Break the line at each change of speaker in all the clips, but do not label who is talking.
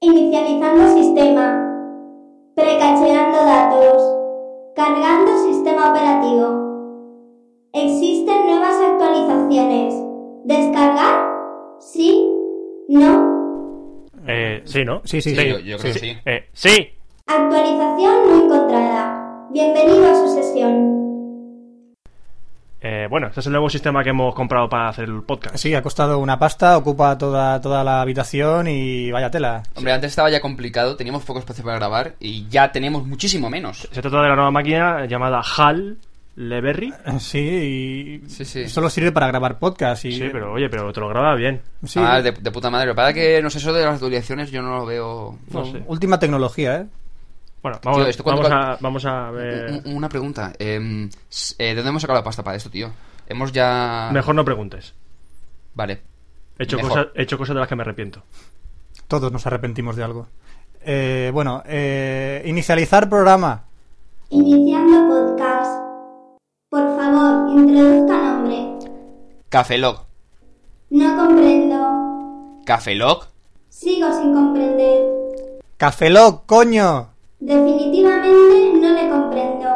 Inicializando sistema. Precacheando datos. Cargando sistema operativo. Existen nuevas actualizaciones. ¿Descargar? ¿Sí? ¿No?
Eh, sí, ¿no?
Sí, sí,
Sí,
sí.
yo, yo creo que sí.
Eh, sí.
Actualización no encontrada. Bienvenido a su sesión.
Eh, bueno, este es el nuevo sistema que hemos comprado para hacer el podcast.
Sí, ha costado una pasta, ocupa toda, toda la habitación y vaya tela.
Hombre, antes estaba ya complicado, teníamos poco espacio para grabar y ya tenemos muchísimo menos.
Se trata de la nueva máquina llamada HAL Leberry.
Sí, y
Sí, sí.
solo sirve para grabar podcast y...
Sí, pero oye, pero te lo graba bien.
Sí.
Ah, de, de puta madre. Lo que pasa es que, no sé, eso de las duraciones yo no lo veo...
No sé.
Última tecnología, ¿eh?
Bueno, vamos,
Tío, ¿esto cuánto
vamos,
cal-
a, vamos a ver.
Un- un- Una pregunta. em, s- eh, ¿De dónde hemos sacado la pasta para esto, tío? Hemos ya...
Mejor no preguntes.
Vale.
He hecho,
Mejor.
cosas, he hecho cosas de las que me arrepiento.
Todos nos arrepentimos de algo. Eh, bueno, eh, inicializar programa.
Iniciando podcast. Por favor, introduzca nombre.
Cafelog.
No comprendo.
Cafelog.
Sigo sin comprender.
¡Cafelog, coño!
Definitivamente no le comprendo.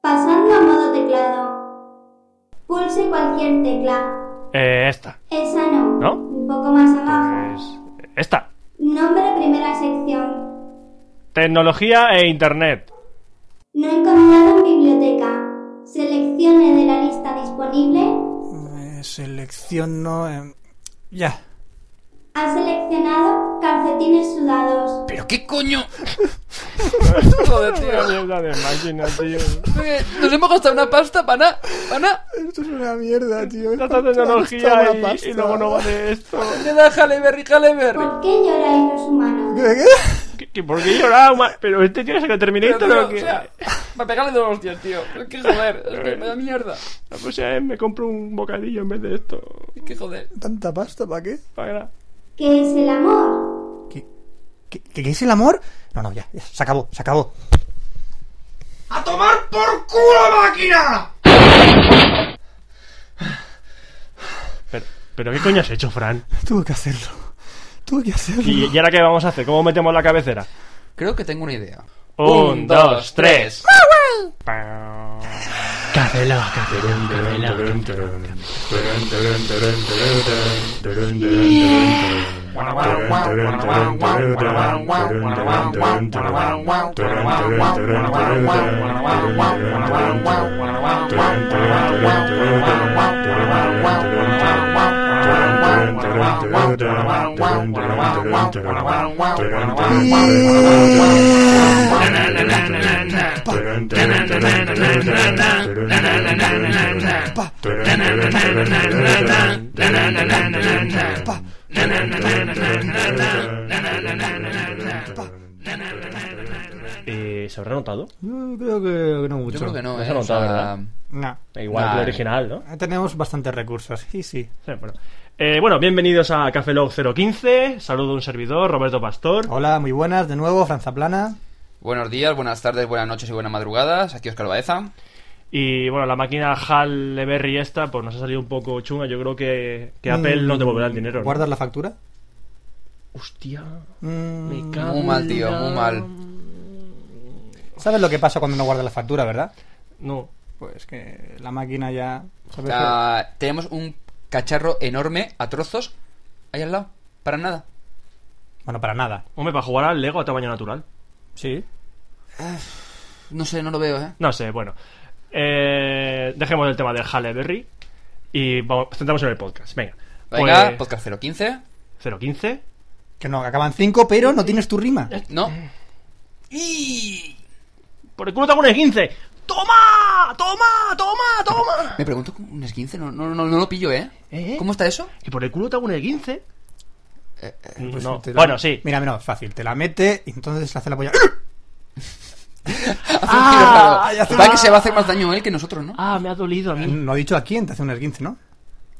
Pasando a modo teclado. Pulse cualquier tecla.
Eh, esta.
Esa no.
¿No?
Un poco más abajo.
Pues. Esta.
Nombre primera sección.
Tecnología e internet.
No encontrado en biblioteca. Seleccione de la lista disponible.
Eh, selecciono... eh, ya.
Ha seleccionado calcetines sudados.
¿Pero qué coño?
Joder, tío. mierda de máquina, tío.
Eh, Nos hemos gastado una pasta para... ¿Para?
Esto es una mierda, tío.
Tanta tecnología y, y luego no vale esto.
Le da Jaleberry, Jaleberry.
¿Por qué lloráis los humanos?
¿Qué- qué- ¿Por qué lloraba? Pero este tío se lo terminé
Pero,
esto.
tío,
lo
o
que...
sea, para pegarle de los tíos, tío. Es que joder, es que me da mierda.
O sea, eh, me compro un bocadillo en vez de esto.
Es que joder.
¿Tanta pasta para qué?
Para...
¿Qué es el amor?
¿Qué, qué, qué es el amor? No, no, ya, ya, se acabó, se acabó.
Pero, pero ¿qué coño has hecho, Fran?
Tuve que hacerlo. Tuve que hacerlo.
¿Y, y ahora qué vamos a hacer? ¿Cómo metemos la cabecera?
Creo que tengo una idea.
Un, dos, tres. Eh, ¿Se habrá notado?
Yo creo que no mucho.
Yo creo que no,
No
eh.
se ha
o sea,
notado,
No.
Igual que
Nah.
el original, ¿no?
Eh, Tenemos bastantes recursos, sí, sí.
Sí, bueno. Eh, bueno, bienvenidos a Café Log 015. Saludo a un servidor, Roberto Pastor.
Hola, muy buenas, de nuevo, Franza Plana.
Buenos días, buenas tardes, buenas noches y buenas madrugadas. Aquí Oscar Baeza.
Y bueno, la máquina Hal Berry esta, pues nos ha salido un poco chunga. Yo creo que, que Apple
Mm,
nos devolverá el dinero. ¿no?
¿Guardas la factura?
Hostia.
Mm,
Me cago
Muy
en
mal, tío,
la-
muy mal.
¿Sabes lo que pasa cuando no guardas la factura, verdad?
No.
Pues que la máquina ya... ¿sabes
Ah, tenemos un cacharro enorme a trozos ahí al lado. Para nada.
qué? Bueno, para nada.
Hombre, para jugar al Lego a tamaño natural.
Sí.
No sé, no lo veo, ¿eh?
No sé, bueno. Eh, dejemos el tema del Halle Berry y vamos, centramos en el podcast. Venga.
Venga,
Pues,
podcast 015.
015.
Que no, que acaban cinco, pero no tienes tu rima.
No.
Eh.
Y...
Por el culo te hago un 15. ¡Toma! ¡Toma! ¡Toma! ¡Toma!
Me pregunto, ¿cómo ¿un esguince? No, no, no, no lo pillo, ¿eh?
¿Eh?
¿Cómo está eso?
Y por el culo te hago un 15.
Eh,
Pues
no.
te la-
Bueno, sí.
Mira, mira, no, es fácil. Te la mete y entonces hace la polla...
Hace un giro raro.
ya está.
Va que se va a hacer más daño él que nosotros, ¿no?
Ah, me ha dolido a mí.
No he dicho a quién te hace un esguince, ¿no?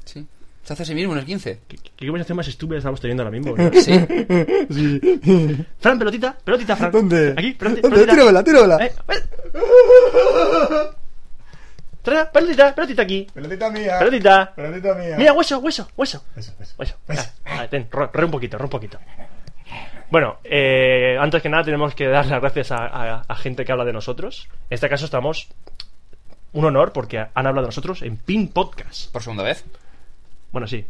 Sí. Se hace a sí mismo un esguince.
¿Qué, qué conversación más estúpida estamos teniendo ahora mismo? ¿verdad?
Sí.
Fran, pelotita, pelotita, Fran.
¿Dónde?
Aquí, pelotita.
¿Dónde?
pelotita.
Tíramela, tíramela.
Eh, eh. Tra- pelotita, pelotita aquí.
Pelotita mía.
Pelotita.
Pelotita mía.
Mira, hueso, hueso, hueso.
Eso, eso.
Hueso. Ah, ah, ten, ro- re un poquito, re un poquito. Bueno, eh, antes que nada tenemos que dar las gracias a, a- a gente que habla de nosotros. En este caso estamos... Un honor porque han hablado de nosotros en Pin Podcast.
Por segunda vez.
Bueno, sí,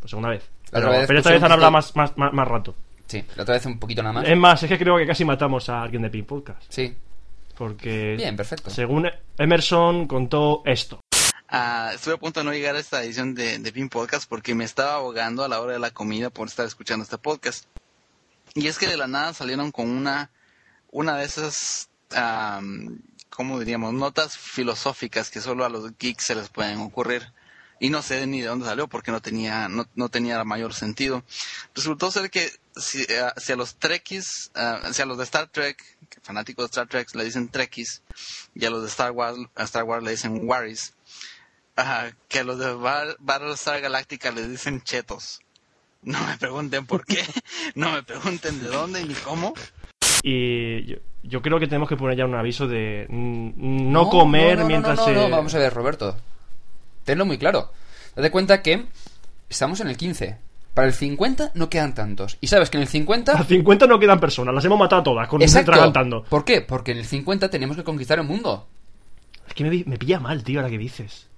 por segunda vez.
La
Pero,
otra vez
pero esta vez
pusieron
han hablado
justo-
más, más, más, más rato.
Sí, la otra vez un poquito nada más.
Es más, es que creo que casi matamos a alguien de Pin Podcast.
Sí.
Porque...
Bien, perfecto.
Según Emerson contó esto.
Ah, estuve a punto de no llegar a esta edición de, de Pin Podcast porque me estaba ahogando a la hora de la comida por estar escuchando este podcast. Y es que de la nada salieron con una, una de esas, am, ¿cómo diríamos? Notas filosóficas que solo a los geeks se les pueden ocurrir. Y no sé ni de dónde salió porque no tenía, no, no tenía mayor sentido. Resultó ser que si, ah, si a los trekkies, ah, si a los de Star Trek, fanáticos de Star Trek le dicen trekkies, y a los de Star Wars, a Star Wars le dicen waris, Ajá, que a los de Bar Battlestar Galactica les dicen chetos. No me pregunten por qué, no me pregunten de dónde ni cómo.
Y yo, yo creo que tenemos que poner ya un aviso de mm, no,
No,
comer
no, no,
mientras
no, no,
se...
no, vamos a ver, Roberto. Tenlo muy claro. Date cuenta que estamos en el 15. Para el 50 no quedan tantos. Y sabes que en el 50...
A 50 no quedan personas, las hemos matado todas con
Exacto.
atragantando.
¿Por qué? Porque en el 50 tenemos que conquistar el mundo.
Es que me, di- me pilla mal, tío, ahora que dices.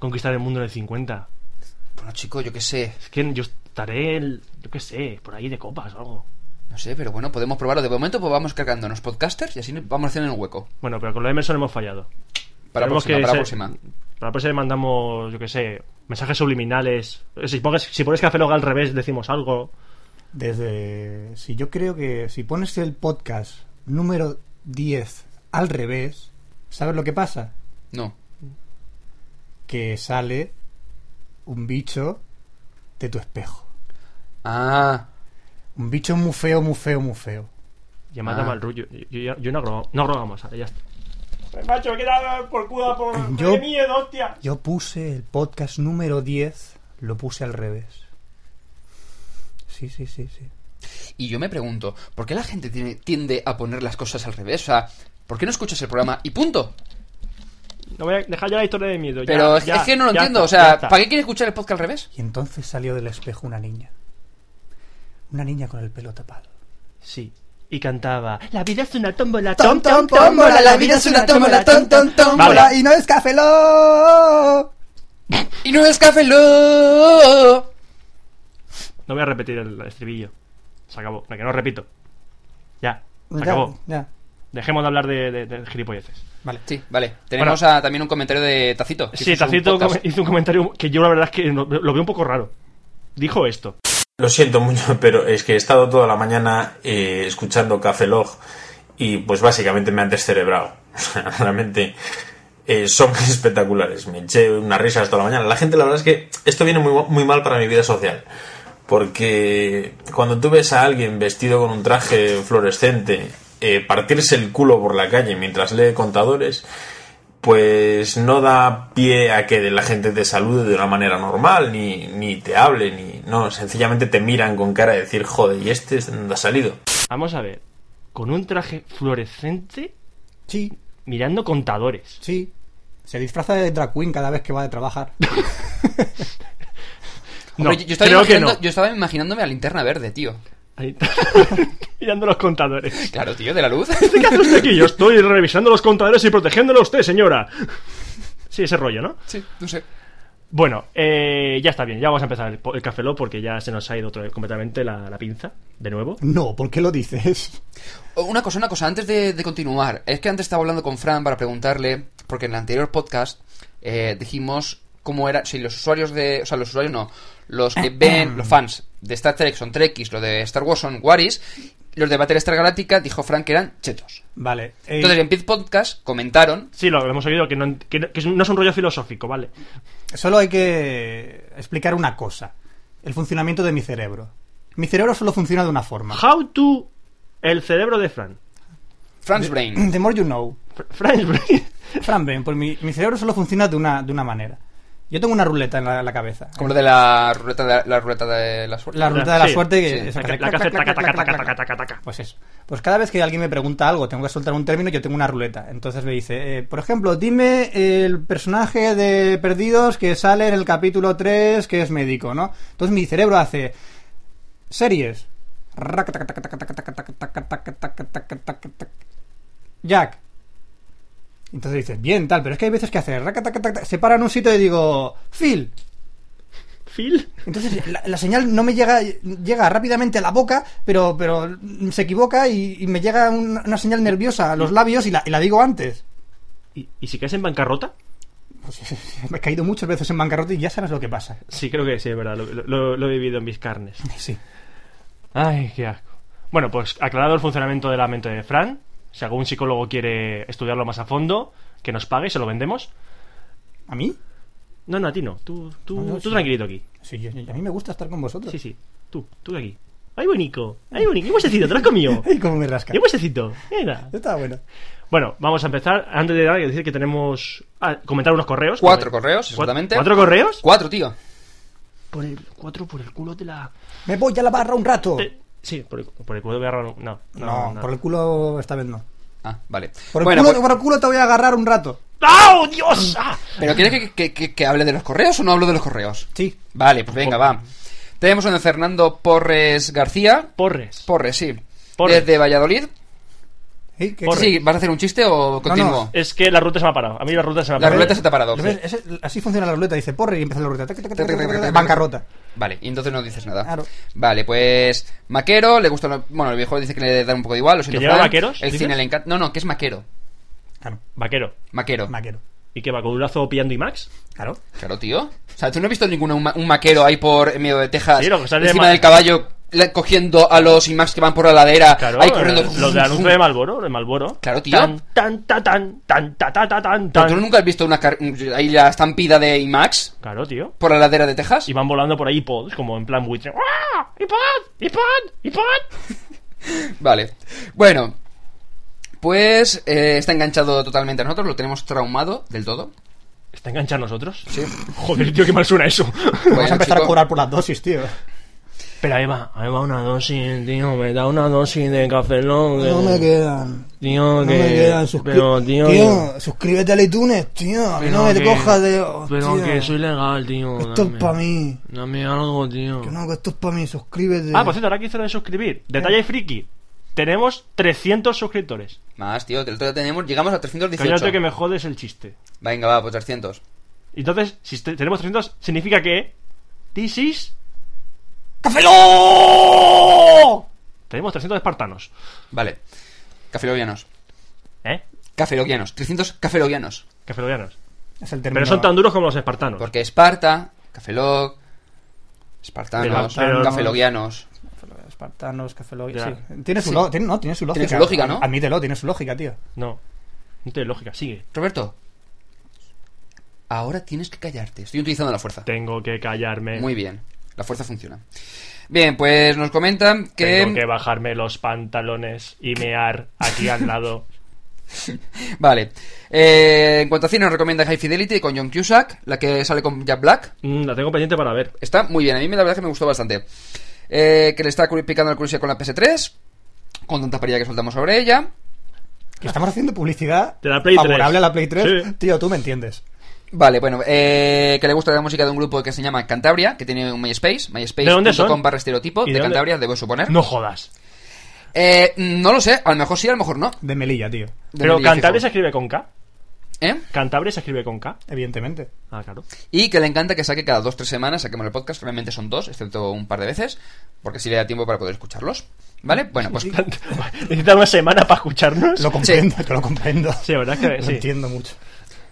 Conquistar el mundo en el 50.
Bueno, chico, yo qué sé.
Es que yo estaré, el- yo qué sé, por ahí de copas o algo.
No sé, pero bueno, podemos probarlo. De momento pues vamos cargándonos podcasters y así vamos haciendo el hueco.
Bueno, pero con lo de Emerson hemos fallado.
Para la
Tenemos
próxima,
que
para la
ser-
próxima.
Para la próxima le mandamos, yo qué sé, mensajes subliminales. Si pones, si pones Café Loga al revés, decimos algo.
Desde. Si yo creo que si pones el podcast número 10 al revés, ¿sabes lo que pasa?
No.
Que sale un bicho de tu espejo.
Ah,
Un bicho muy feo, muy feo, muy feo.
Llamada
Ah.
mal rollo. Yo, yo- yo no robo, no robamos, ahora ya está. Macho, me queda por cuda por
Yo- qué
miedo, hostia.
Yo puse el podcast número 10, lo puse al revés. Sí, sí, sí, sí.
y yo me pregunto, ¿por qué la gente tiene- tiende a poner las cosas al revés? O sea, ¿por qué no escuchas el programa y punto?
No voy a dejar ya la historia de miedo. ya,
Pero es,
ya,
es que no lo
ya
entiendo,
está,
o
ya
sea,
está.
¿para qué quiere escuchar el podcast al revés?
Y entonces salió del espejo una niña. Una niña con el pelo tapado.
Sí. Y cantaba: La vida es una tómbola,
Tom, tom, tómbola, la vida es una tómbola, tom, tom, tómbola.
Vale.
y no es cafeló.
Y no es Café Lock.
No voy a repetir el estribillo. Se acabó. No, que no repito. Ya. Se acabó.
Ya,
Dejemos de hablar de, de- de gilipolleces.
vale.
Sí, vale. Tenemos a- también un comentario de Tacito. que
Sí,
hizo su
Tacito
podcast.
com- hizo un comentario que yo la verdad es que no- lo veo un poco raro. Dijo esto.
Lo siento mucho, pero es que he estado toda la mañana eh, escuchando Café Log y pues básicamente me han descerebrado. O sea, Realmente eh, son espectaculares. Me eché unas risas toda la mañana. La gente, la verdad es que esto viene muy, muy mal para mi vida social. Porque cuando tú ves a alguien vestido con un traje fluorescente eh, partirse el culo por la calle mientras lee contadores, pues no da pie a que la gente te salude de una manera normal, ni, ni te hable, ni. No, sencillamente te miran con cara de decir, joder, ¿y este de dónde ha salido?
Vamos a ver. Con un traje fluorescente
Sí,
mirando contadores.
sí. Se disfraza de drag queen cada vez que va a trabajar.
Hombre,
no,
yo, yo estaba
creo que
imaginando-
no.
yo estaba imaginándome a Linterna Verde, tío.
Ahí está. mirando los contadores.
Claro, tío, de la luz.
¿Qué hace usted aquí? Yo estoy revisando los contadores y protegiéndolo a usted, señora. Sí, ese rollo, ¿no?
sí, no sé.
Bueno, eh, ya está bien, ya vamos a empezar el, po- el café Lock porque ya se nos ha ido otra vez completamente la, la pinza, de nuevo.
No, ¿por qué lo dices?
O- Una cosa, una cosa, antes de, de continuar, es que antes estaba hablando con Fran para preguntarle, porque en el anterior podcast eh, dijimos cómo era, si los usuarios de, o sea, los usuarios no, los que ven, los fans de Star Trek son Trekkies, los de Star Wars son Waris, los de Battlestar Galactica dijo Fran que eran chetos.
Vale. eh,
Entonces en Pit Podcast comentaron,
Sí, lo hemos oído, que no, ent- que no- que es un- no es un rollo filosófico, ¿vale?
Solo hay que explicar una cosa. El funcionamiento de mi cerebro. Mi cerebro solo funciona de una forma.
How to el cerebro de Fran.
Fran's Brain,
The more you know.
Fr- Fran
Fran, ven, pues mi, mi cerebro solo funciona de una, de una manera. Yo tengo una ruleta en la, la cabeza.
como lo de la ruleta de la ruleta de la suerte.
La ruleta de la
Sí,
suerte que
sí.
esa
la,
que
ca-
hace
la
clac,
que hace
clac,
taca,
clac,
taca,
clac,
taca,
clac,
taca,
clac.
taca, taca.
Pues eso. Pues cada vez que alguien me pregunta algo, tengo que soltar un término, yo tengo una ruleta. Entonces me dice, eh, por ejemplo, dime el personaje de Perdidos que sale en el capítulo 3, que es médico, ¿no? Entonces mi cerebro hace series, Jack. Entonces dices, bien, tal, pero es que hay veces que hace... Se para en un sitio y digo, Phil.
Phil.
Entonces la, la señal no me llega, llega rápidamente a la boca, pero, pero se equivoca y, y me llega un- una señal nerviosa a los labios y la, y la digo antes.
¿Y, y si caes en bancarrota?
Pues, me he caído muchas veces en bancarrota y ya sabes lo que pasa.
Sí, creo que sí, es verdad. Lo, lo- lo he vivido en mis carnes.
Sí.
Ay, qué asco. Bueno, pues aclarado el funcionamiento de la mente de Fran, si algún psicólogo quiere estudiarlo más a fondo, que nos pague y se lo vendemos.
¿A mí?
No, no, a ti Ah, no. Tú, tú,
No, no, sí.
tú tranquilito aquí.
Sí, yo- yo- a mí me gusta estar con vosotros.
Sí, sí. Tú, tú aquí. ¡Ay, bonico! ¡Ay, bonico! ¡Qué huesecito! ¡Te lo has comido!
Ay, cómo me rasca.
¡Qué huesecito! Mira.
Está bueno.
Bueno, vamos a empezar. Antes de nada, que decir que tenemos... ah, comentar unos correos.
Cuatro
Comen-
correos,
Cua-
exactamente.
¿Cuatro correos?
Cuatro, tío.
Por el, cuatro por el culo de la...
Me voy a la barra un rato.
Eh, sí, por el, por el culo de la... garra, No, no,
No,
no.
por el culo esta vez no.
Ah, vale.
Por el,
bueno,
culo,
pues-
por el culo te voy a agarrar un rato.
¡Ah, ¡Oh, Dios! ¡Ah!
¿Pero quieres que, que- que- que hable de los correos o no hablo de los correos?
Sí.
Vale, pues venga, va. Tenemos uno de Fernando Porres García.
Porres.
Porres, sí.
Porres.
Desde Valladolid.
Sí, que-
Porres.
Sí, ¿vas a hacer un chiste o continuo?
No, no.
Es que la ruta se me ha parado. A mí la ruta se me ha
La
parado.
ruleta se te ha parado.
¿Lo ves? Ese- así funciona la ruleta. Dice porre y empieza la ruleta. Tac, tac, tac,
Tac, tac,
tac, tac,
tac, tac.
Bancarrota.
Vale, y entonces no dices nada.
Claro.
Vale, pues Maquero, le gusta... Bueno, el viejo dice que le da un poco de igual. Lo siento,
lleva
Fran.
vaqueros,
El
dices?
cine le encanta... No, no, que es Maquero.
Claro.
Vaquero.
Maquero.
Maquero.
¿Y qué va? ¿Con un lazo pillando y Max?
Claro.
Claro, tío. O sea, tú no has visto ningún un, ma- un maquero ahí por en medio de Texas,
Sí, lo que sale de
encima
ma-
del caballo, la- cogiendo a los IMAX que van por la ladera,
Claro,
ahí corriendo.
eh, los de anuncio de Malboro, de Malboro.
Claro, tío.
Tan, tan, ta, tan, tan, ta, ta, ta, tan,
Pero ¿Tú
tan.
nunca has visto una car- ahí la estampida de IMAX
Claro, tío.
por la ladera de Texas?
Y van volando por ahí pods, como en plan buitre. ¡Ah! ¡Ipod! ¡Ipod! ¡Ipod!
Vale. Bueno, pues eh, está enganchado totalmente a nosotros, lo tenemos traumado del todo.
¿Está enganchado a nosotros? Sí. Joder, tío, qué mal suena eso.
Vamos
Bueno,
a empezar
chico,
a cobrar por las dosis, tío.
Pero ahí va, ahí va una dosis, tío. Me da una dosis de café Lock,
No me quedan.
Tío,
No
que.
me quedan. Suscri-
pero, tío.
suscríbete al iTunes, tío. A mí no me
que-
cojas de.
Pero
hostia.
que soy legal, tío.
Esto es
dame.
para mí.
Dame algo, tío.
Que no, que esto es para mí. Suscríbete.
Ah, por cierto, ahora que hice lo de suscribir. Detalle friki. Tenemos 300 suscriptores.
Más, tío, del todo tenemos, llegamos a 318.
Cállate que me jodes el chiste.
Venga, va, pues 300.
Entonces, si te- tenemos 300, significa que... This is... Tenemos 300 espartanos.
Vale. Cafelogianos.
¿Eh?
Cafelogianos. 300 cafelogianos.
Cafelovianos.
Es el término.
Pero son tan duros como los espartanos.
Porque Esparta, Cafelog, Espartanos,
Pero- pero-
Cafelogianos.
Espartanos, Café Lock-
Ya.
sí. Tiene su,
Sí.
lo- tiene- no, tiene su lógica.
Tiene su lógica, ¿no?
Admítelo, tiene su lógica, tío.
No. No tiene lógica. Sigue.
Roberto, ahora tienes que callarte. Estoy utilizando la fuerza.
Tengo que callarme.
Muy bien, la fuerza funciona. Bien, pues nos comentan
Tengo que
que...
bajarme los pantalones y mear aquí al lado.
Vale. Eh, en cuanto a cine, nos recomienda High Fidelity con John Cusack, la que sale con Jack Black.
Mm, la tengo pendiente para ver.
Está muy bien, a mí la verdad es que me gustó bastante. Eh, que le está cru- picando la curiosidad con la PS3, con tanta parida que soltamos sobre ella.
Que estamos haciendo publicidad
De la Play
favorable
3.
a la Play 3.
Sí.
Tío, tú me entiendes.
Vale, bueno, eh, que le gusta la música de un grupo que se llama Cantabria, que tiene un MySpace,
¿De dónde son?
myspace.com barra estereotipo,
¿Y
de,
de dónde?
Cantabria, debo suponer.
No jodas.
Eh, no lo sé, a lo mejor sí, a lo mejor no.
De Melilla, tío.
De
Pero
Melilla,
Cantabria se
fijo.
escribe con K.
¿Eh?
Cantabria se escribe con K.
Evidentemente.
Ah, claro.
Y que le encanta que saque cada dos tres semanas, saquemos el podcast, realmente son dos, excepto un par de veces, porque sí le da tiempo para poder escucharlos. ¿Vale? Bueno, pues
Necesitan una semana para escucharnos.
Lo comprendo, te lo comprendo.
Sí, la verdad es que
Lo
sí.
entiendo mucho.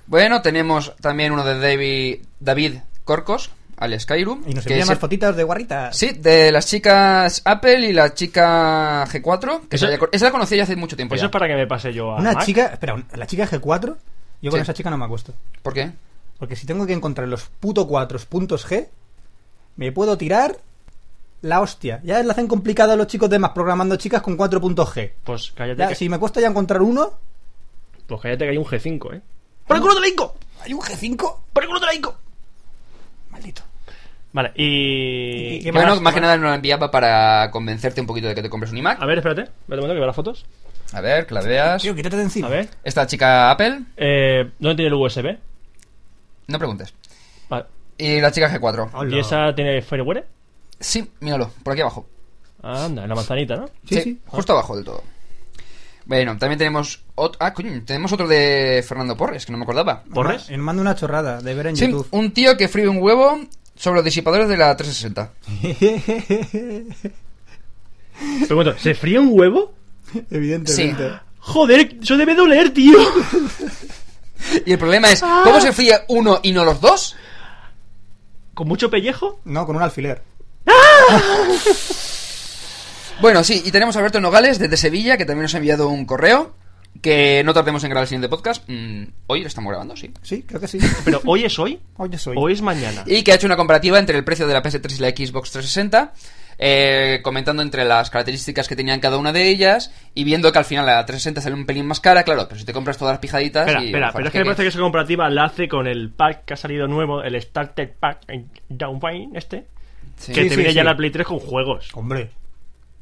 bueno, tenemos también uno de David, David Corcos, al Skyrim.
Y nos
que
envía
se-
más fotitas de guarritas.
Sí, de las chicas Apple y la chica G4. Que
Eso-
se haya- esa la conocí ya hace mucho tiempo.
Pues Eso
ya.
es para que me pase yo a
Una
Mac.
chica, espera, la chica G4, yo con
Sí.
esa chica no me acuesto.
¿Por qué?
Porque si tengo que encontrar los puto cuatro puntos G, me puedo tirar la hostia. Ya la hacen complicada los chicos de más programando chicas con cuatro puntos G.
Pues cállate,
Ya,
que,
si me cuesta ya encontrar uno,
pues cállate que hay un G5, ¿eh?
¡Por el culo de la Inco! ¿Hay un G5? ¡Por el culo de la Inco! Maldito.
Vale, y...
¿Y qué
Bueno,
más?
más que nada nos la enviaba para convencerte un poquito de que te compres un iMac.
A ver, espérate. Espérate un momento que veo las fotos.
A ver, que la veas.
Tío, quítate de encima.
A ver.
Esta chica Apple,
Eh, ¿Dónde tiene el USB?
no preguntes.
Vale.
Y la chica G4.
Hola.
¿Y esa tiene fireware?
Sí, míralo, por aquí abajo.
Anda, en la manzanita, ¿no?
Sí, sí.
Justo abajo del todo. Bueno, también tenemos otro. Ah, coño, tenemos otro de Fernando Porres, que no me acordaba.
¿Porres?
Y nos manda una chorrada de ver en
Sí,
YouTube.
un tío que fríe un huevo sobre los disipadores de la 360.
Te cuento, ¿se fría un huevo?
Evidentemente.
Sí.
Joder, eso debe doler, tío.
Y el problema es, ¿cómo se fría uno y no los dos?
¿Con mucho pellejo?
No, con un alfiler.
Bueno, sí, y tenemos a Alberto Nogales desde Sevilla, que también nos ha enviado un correo. Que no tardemos en grabar el siguiente podcast. Mm, hoy lo estamos grabando, sí.
Sí, creo que sí.
¿Pero hoy es hoy?
Oye, soy.
¿O es mañana?
Y que ha hecho una comparativa entre el precio de la PS3 y la Xbox 360, eh, comentando entre las características que tenían cada una de ellas y viendo que al final la 360 sale un pelín más cara, claro, pero si te compras todas las pijaditas...
Espera,
y,
espera,
ojalá,
pero es que me parece que esa comparativa la hace con el pack que ha salido nuevo, el Starter Pack en Downwine, este,
Sí.
que
Sí,
te
sí,
viene ya
sí. Oh,
la Play 3 con juegos.
Hombre.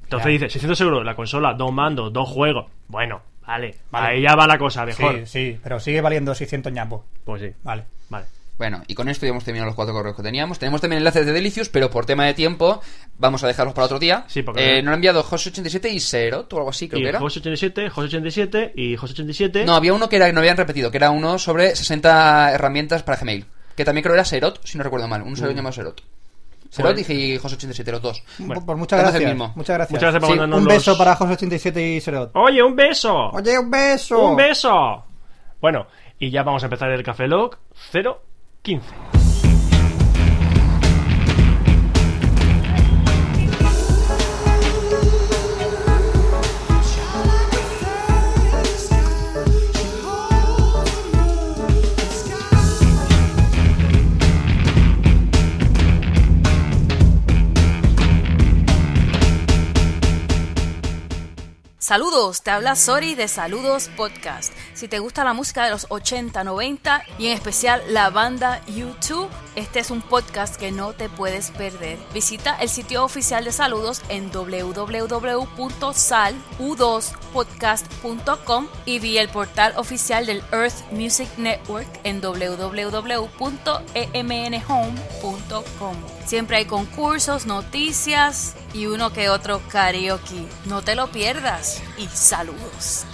Entonces dices, 600 euros la consola, dos mandos, dos juegos. Bueno, vale, ahí ya va la cosa, mejor.
Sí, sí, pero sigue valiendo 600 ñapos.
Pues sí,
Vale.
vale.
Bueno, y con esto ya hemos terminado los cuatro correos que teníamos. Tenemos también enlaces de Delicious, pero por tema de tiempo vamos a dejarlos para otro día.
Sí, porque-
Eh, nos lo han enviado José87 y Serot o algo así, creo
Y
que era.
José 87, José 87 y José 87.
No, había uno que era, no habían repetido, que era uno sobre 60 herramientas para Gmail. Que también creo era Serot, si no recuerdo mal. Un servidor llamado Serot. Serot
Pues-
y José87, los dos.
Bueno,
Por- por muchas
estamos el
gracias.
mismo.
Muchas gracias.
Muchas gracias por
Sí,
mandarnos
Un
los-
beso para José87 y Serot.
Oye, un beso.
Oye, un beso.
Un beso. Bueno, y ya vamos a empezar el Café Lock 015.
Saludos, te habla Sori de Saludos Podcast. Si te gusta la música de los 80, 90 y en especial la banda U2, este es un podcast que no te puedes perder. Visita el sitio oficial de Saludos en www.salu2podcast.com y vi el portal oficial del Earth Music Network en E www.emnhome.com. Siempre hay concursos, noticias y uno que otro karaoke. No te lo pierdas y saludos.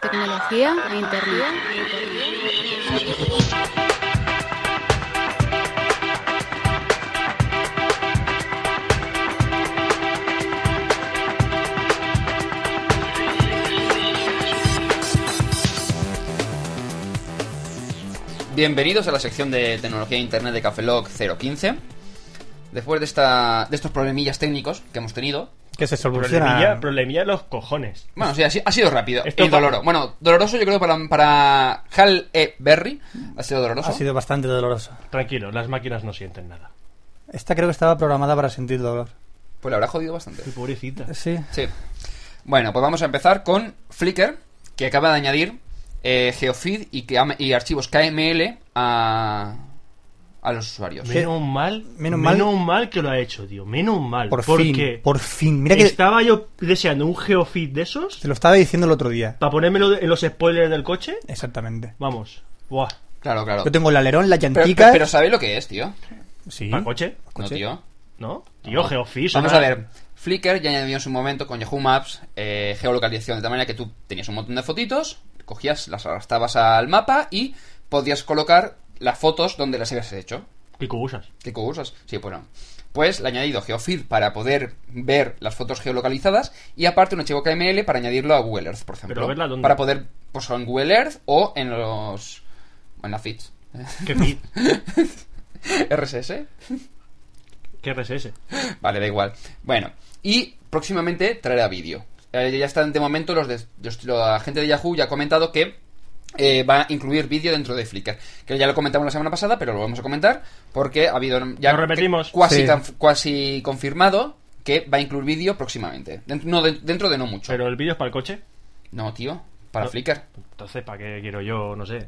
Tecnología e internet.
Bienvenidos a la sección de tecnología e internet de Cafelog 015. Después de, esta, de estos problemillas técnicos que hemos tenido.
Que se
Problemilla,
soluciona.
problemilla de los cojones.
Bueno, sí, ha si- ha sido rápido
Esto
y
pa-
doloroso. Bueno, doloroso yo creo para, para Hal E. Berry. Ha sido doloroso.
Ha sido bastante doloroso.
Tranquilo, las máquinas no sienten nada.
Esta creo que estaba programada para sentir dolor.
Pues le habrá jodido bastante.
Qué pobrecita.
Sí.
Sí. Bueno, pues vamos a empezar con Flickr, que acaba de añadir eh, Geofeed y, que am- y archivos KML a, a los usuarios.
Menos mal,
Menos
menos
mal-
mal, que lo ha hecho, tío. Menos mal.
Por
porque
fin. Por fin. Mira que
estaba yo deseando un geofit de esos
te lo estaba diciendo el otro día.
para ponérmelo en los spoilers del coche.
Exactamente.
Vamos. Buah.
Claro, claro.
Yo tengo el alerón, la
Pero,
llantica.
pero, pero ¿sabéis lo que es, tío?
Sí.
¿Para coche?
No,
Coche.
tío.
¿No? Tío, geofit.
Vamos
suena-
a ver. Flickr ya añadió en su momento con Yahoo Maps eh, geolocalización, de tal manera que tú tenías un montón de fotitos, cogías, las arrastrabas al mapa y podías colocar las fotos donde las habías hecho.
¿Qué cubusas?
¿Qué cosas? Sí, bueno. Pues le ha añadido GeoFeed para poder ver las fotos geolocalizadas y aparte un archivo KML para añadirlo a Google Earth, por ejemplo.
¿Pero verla dónde?
Para poder, pues en Google Earth o en los... en las feeds.
¿Qué feed?
RSS.
¿Qué RSS?
Vale, da igual. Bueno, y próximamente traerá vídeo. Eh, ya están de momento los de, los- la gente de Yahoo ya ha comentado que eh, va a incluir vídeo dentro de Flickr. Que ya lo comentamos la semana pasada, pero lo vamos a comentar porque ha habido ya
Lo repetimos.
que- cuasi,
Sí.
conf- cuasi confirmado que va a incluir vídeo próximamente. Dentro, no, de- dentro de no mucho.
¿Pero el vídeo es para el coche?
No, tío, para
No.
Flickr.
Entonces, ¿para qué quiero yo? No sé.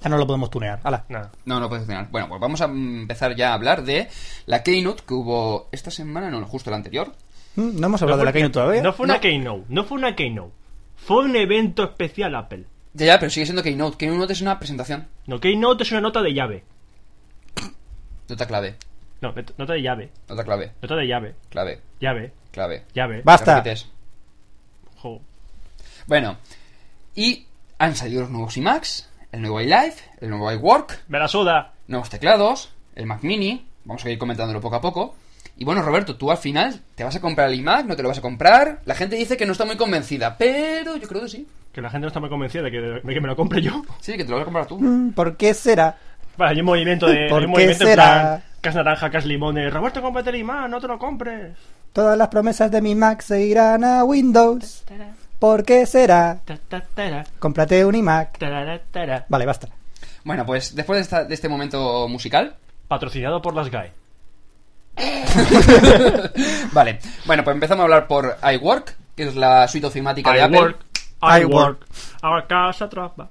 Ya no lo podemos tunear. Hala.
Nada.
No, no puede funcionar. Bueno, pues vamos a empezar ya a hablar de la Keynote que hubo esta semana, no, justo la anterior.
Mm, No hemos hablado de la Keynote todavía.
No fue una
No.
Keynote, no fue una Keynote. Fue un evento especial Apple.
Ya, ya, pero sigue siendo Keynote. Keynote es una presentación.
No, Keynote es una nota de llave.
Nota clave.
No, met- nota de llave.
Nota clave.
Nota de llave.
Clave.
Llave.
Clave.
Llave.
Va. Basta.
Te repites.
Jo.
Bueno, y han salido los nuevos iMacs, el nuevo iLife, el nuevo iWork,
Me la suda.
nuevos teclados, el Mac Mini. Vamos a ir comentándolo poco a poco. Y bueno, Roberto, tú al final te vas a comprar el iMac, no te lo vas a comprar. La gente dice que no está muy convencida, pero yo creo que sí.
Que la gente no está muy convencida de que, de que me lo compre yo.
Sí, que te lo vas a comprar tú.
Mm, ¿Por qué será?
Vale, hay un movimiento de.
¿Por
hay un
qué
movimiento en
será?
plan, Cas naranja, cas limón. de, Roberto, cómprate el imán, no te lo compres.
Todas las promesas de mi Mac se irán a Windows. ¿Por qué será?
Ta, ta, tara,
Cómprate un iMac.
tarara, tara.
Vale, basta.
Bueno, pues después de, esta- de este momento musical,
Patrocinado por las GAE.
vale. Bueno, pues empezamos a hablar por iWork, que es la suite ofimática de Apple.
work. I work. A casa trabajar.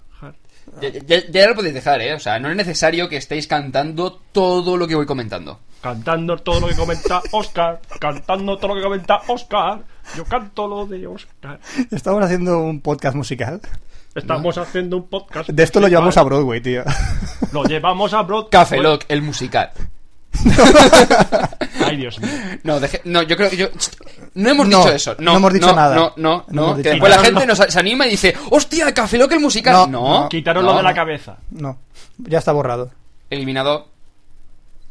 Ya, ya- ya lo podéis dejar, ¿eh? O sea, no es necesario que estéis cantando todo lo que voy comentando.
Cantando todo lo que comenta Oscar. Cantando todo lo que comenta Oscar. Yo canto lo de Oscar.
Estamos haciendo un podcast musical.
Estamos haciendo un podcast.
De esto lo llevamos a
musical.
Broadway, tío.
Lo llevamos a Broadway.
Café Lock, el musical.
Ay, Dios mío.
No, deje- no, yo creo que yo... No hemos
No,
dicho eso. No,
no hemos dicho
no,
nada.
No, no,
No
no.
hemos
que
dicho
después
nada.
la gente nos, se anima y dice, hostia, Café Lock, el musical.
No,
No.
no.
Quitaros
no,
lo de la
no.
cabeza.
No, ya está borrado.
Eliminado.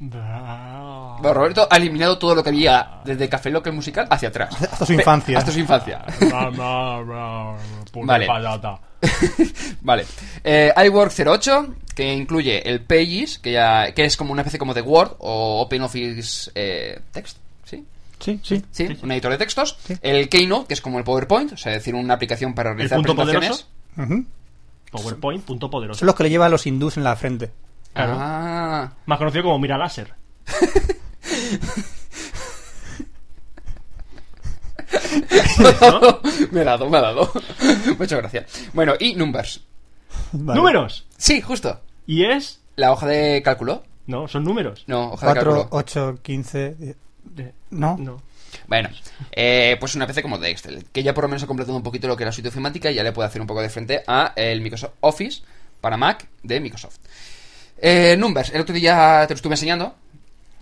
Bueno, Roberto ha eliminado todo lo que había desde Café Lock, el musical, hacia atrás.
Hasta su infancia.
Hasta su infancia.
Vale.
Vale. Vale. Eh, iWork 08, que incluye el Pages, que ya que es como una especie como de Word o OpenOffice eh, Text, ¿sí?
Sí, sí.
Sí, un editor de textos. El Keynote, que es como el PowerPoint, o sea, es decir, una aplicación para realizar
punto
presentaciones.
Ujú.
PowerPoint, punto poderoso.
Son los que le llevan los hindús en la frente.
Claro.
Ah,
Más conocido como Mira Láser.
me ha dado, me ha dado. Muchas gracias. Bueno, y Numbers.
Vale.
¡Números!
Sí, justo.
Y es.
La hoja de cálculo.
No, son números.
No, hoja
4,
de cálculo.
8, 15. die-
De-
No.
No.
Bueno, eh, pues una especie como de Excel, que ya por lo menos ha completado un poquito lo que era suite ofimática y ya le puede hacer un poco de frente a el Microsoft Office para Mac de Microsoft. Eh, Numbers, el otro día te lo estuve enseñando.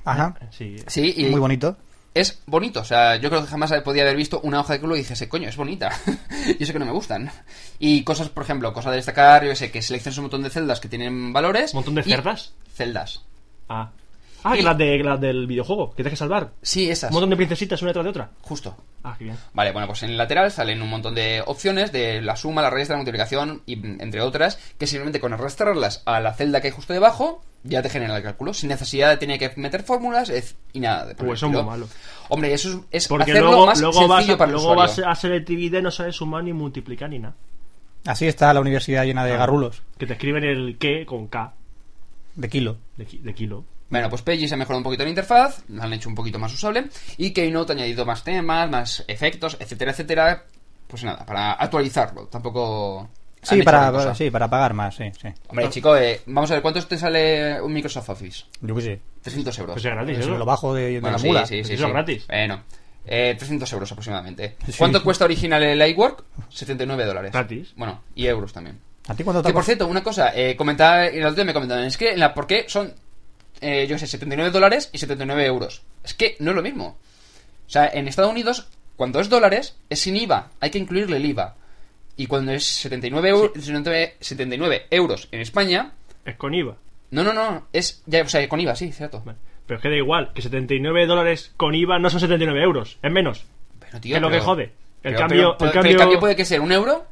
Ajá.
Sí.
Sí, y
Muy bonito.
es bonito. O sea, yo creo que jamás podía haber visto una hoja de culo y dijese, coño, es bonita. y eso que no me gustan. Y cosas, por ejemplo, cosa de destacar, yo qué sé, que seleccionas un montón de celdas que tienen valores.
¿Un montón de
y-
cerdas?
Celdas.
Ah. Ah, que las, de, las del videojuego, que tienes que salvar.
Sí, esas.
Un montón de princesitas una tras de otra.
Justo.
Ah, qué bien.
Vale, bueno, pues en el lateral salen un montón de opciones de la suma, la raíz, la multiplicación, y, mm, entre otras, que simplemente con arrastrarlas a la celda que hay justo debajo, ya te genera el cálculo, sin necesidad de tener que meter fórmulas es- y nada. de por el
Pues eso es muy
estilo.
malo.
Hombre, eso es, es
Porque
hacerlo
luego,
más
luego, vas,
sencillo
a,
para el
luego vas
usuario.
a selectividad y no sabes sumar ni multiplicar ni nada.
Así está la universidad llena de garrulos.
Que te escriben el que con K
De kilo.
de, ki- de kilo.
Bueno, pues Pages ha mejorado un poquito la interfaz, la han hecho un poquito más usable, y Keynote ha añadido más temas, más efectos, etcétera, etcétera. Pues nada, para actualizarlo, tampoco... han
Sí
hecho
para,
gran cosa.
sí, para pagar más, sí, sí.
Hombre, chico, eh, vamos a ver, ¿cuánto te sale un Microsoft Office?
Yo qué sé.
300 euros.
Pues es gratis,
Pero si
eso.
me lo bajo de, de
Bueno,
la
sí,
mula.
sí, sí,
Eso es
sí.
gratis.
Bueno, eh, 300 euros aproximadamente.
Sí.
¿Cuánto cuesta original el iWork? 79 dólares.
Gratis.
Bueno, y euros también.
¿A ti cuánto te
Que por
ha
cierto, una cosa, eh, comentaba, el otro día me comentaban, es que en la, ¿por qué son, eh, yo qué sé, 79 dólares y 79 euros? Es que no es lo mismo. O sea, en Estados Unidos, cuando es dólares, es sin IVA, hay que incluirle el IVA. Y cuando es 79, eu- 79, 79 euros en España,
Es con IVA.
no, no, no, es, ya, o sea, con IVA, sí, cierto.
Vale. Pero es que da igual, que 79 dólares con IVA no son 79 euros, es menos.
Pero,
Que es lo que
pero-
jode. El
pero- pero-
cambio- el
pero- pero
cambio-
puede que ser un euro.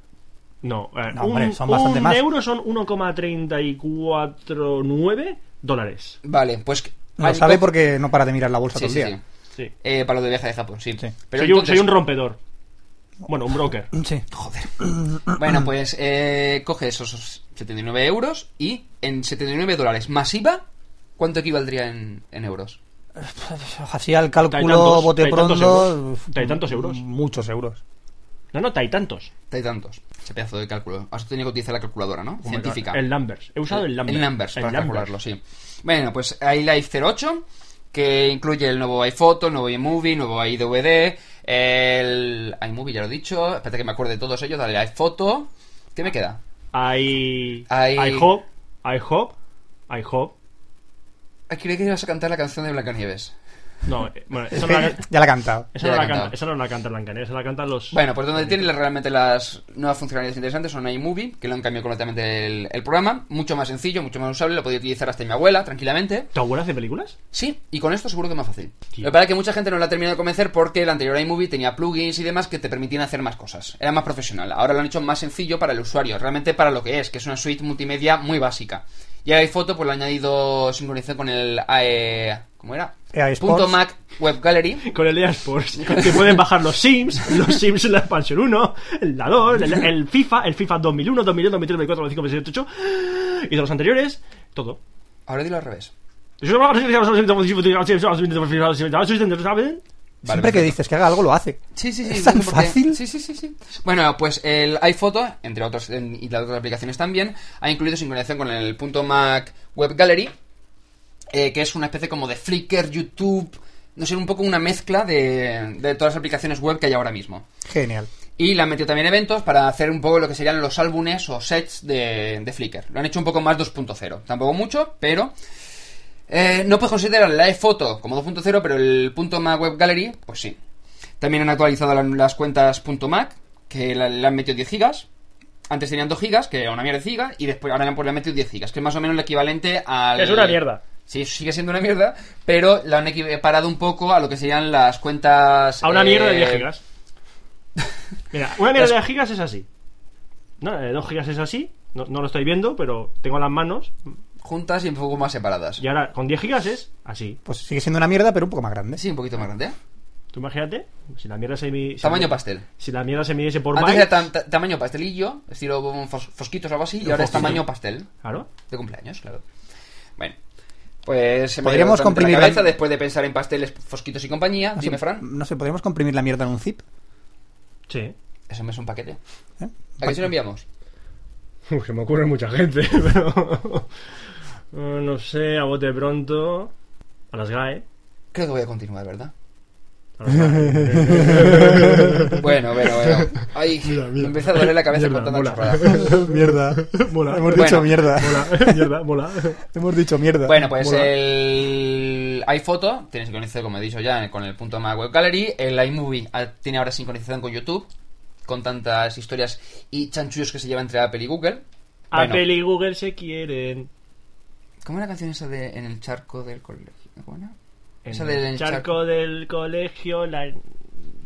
No, a ver,
No,
un,
hombre, son bastante
un
más.
euro son 1,349 dólares.
Vale, pues.
No sabe porque no para de mirar la bolsa
Sí,
todo
sí,
el
sí.
día.
Sí.
Eh, para lo de viaje de Japón, sí.
Sí.
Pero
soy, un,
entonces-
soy un rompedor. Bueno, un broker.
Sí.
Mm. Bueno, pues eh, coge esos 79 euros y en 79 dólares masiva, ¿cuánto equivaldría en, en euros?
Así al
Hay
cálculo
tantos-
bote
hay tantos
pronto.
euros. Hay tantos euros.
Muchos euros.
No, no, hay tantos.
Hay tantos. Ese pedazo de cálculo. Has tenido que utilizar la calculadora, ¿no? Científica.
El numbers. He usado el numbers.
El numbers, para
numbers.
calcularlo, sí. Bueno, pues iLife 08, que incluye el nuevo iPhoto, el nuevo iMovie, el nuevo iDVD, el iMovie ya lo he dicho, espérate que me acuerde de todos ellos, dale iPhoto. ¿Qué me queda?
I,
I-
I hope, I hope, I hope.
Ah, creí que ibas a cantar la canción de Blancanieves.
No, eh, bueno, esa no la,
Ya la he cantado.
esa
Ya
no
la
la
he
canta,
cantado.
esa no la canta Blancanieves, esa la cantan los.
Bueno, pues donde tiene realmente las nuevas funcionalidades interesantes son iMovie, que lo han cambiado completamente el, el programa. Mucho más sencillo, mucho más usable, lo podía utilizar hasta mi abuela tranquilamente.
¿Tu abuela hace películas?
Sí, y con esto seguro que es más fácil.
Tío.
Lo que pasa es que mucha gente no la ha terminado de convencer porque el anterior iMovie tenía plugins y demás que te permitían hacer más cosas. Era más profesional. Ahora lo han hecho más sencillo para el usuario, realmente para lo que es, que es una suite multimedia muy básica. Y ahora iPhoto pues lo ha añadido sincronización con el... eh, ¿Cómo era?
EA
Punto
Sports.
Mac Web Gallery.
Con el EA Sports. Que pueden bajar los Sims, los Sims en la expansión 1, el la 2, el, el FIFA, el FIFA 2001, 2002, 2003, 2004, 2005, 2006, 2008 y de los anteriores, todo.
Ahora dilo al revés.
Siempre que
Vale, perfecto.
dices que haga algo, lo hace.
Sí, sí, sí.
¿Es
no
tan
sé por qué.
fácil?
Sí, sí, sí, sí. Bueno, pues el iPhoto, entre otros, en- y las otras aplicaciones también, ha incluido sincronización con el punto Mac Web Gallery, eh, que es una especie como de Flickr, YouTube, no sé, un poco una mezcla de, de todas las aplicaciones web que hay ahora mismo.
Genial.
Y le han metido también eventos para hacer un poco lo que serían los álbumes o sets de, de Flickr. Lo han hecho un poco más 2.0. Tampoco mucho, pero... eh, no puedes considerar la iPhoto como 2.0, pero el punto .mac Web Gallery, pues sí. También han actualizado la- las cuentas punto .mac, que la- le han metido 10 gigas. Antes tenían 2 gigas, que era una mierda de giga, y después ahora le han- pues, le han metido 10 gigas, que es más o menos el equivalente al...
Es una mierda.
Sí, sigue siendo una mierda, pero la han equiparado un poco a lo que serían las cuentas...
A una mierda de
eh,
10 gigas. Mira, una mierda de 10 gigas es así. No, de 2 gigas es así. No, no lo estoy viendo, pero tengo las manos.
juntas y un poco más separadas.
Y ahora con 10 gigas es así.
Pues sigue siendo una mierda, pero un poco más grande.
Sí, un poquito más grande. ¿eh?
Tú imagínate, si la mierda se mi- si
Tamaño
la-
pastel.
Si la mierda se midiese por
Antes era
bytes.
tam- ta- tamaño pastelillo, estilo um, fos- fosquitos o algo así, y ahora es tamaño pastel.
Claro.
De cumpleaños, claro. Bueno. Pues se me
Podríamos
ha ido totalmente
comprimir
la
la-
cabeza después de pensar en pasteles, fosquitos y compañía.
No sé,
Dime, Fran.
No sé, ¿podríamos comprimir la mierda en un zip?
Sí.
Eso me es un paquete.
¿Eh?
¿A qué se lo enviamos?
se me ocurre mucha gente, pero. eh, no sé, a bote pronto. A las GAE.
Creo que voy a continuar, ¿verdad?
A E. las GAE.
Bueno, bueno, bueno. Ay, me empieza a doler la cabeza con
Mierda,
tanta
mola.
chorrada.
mierda.
Mola.
Hemos
Bueno.
dicho mierda.
Mola, mierda, mola.
Hemos dicho mierda.
Bueno, pues
Mola.
el iPhoto tiene sincronización, como he dicho ya, con el punto más web gallery. El iMovie ah, tiene ahora sincronización con YouTube, con tantas historias y chanchullos que se lleva entre Apple y Google. Bueno,
Apple y Google se quieren.
¿Cómo era la canción esa de En el charco del colegio? ¿Cómo era?
En
Esa del
el charco del colegio la-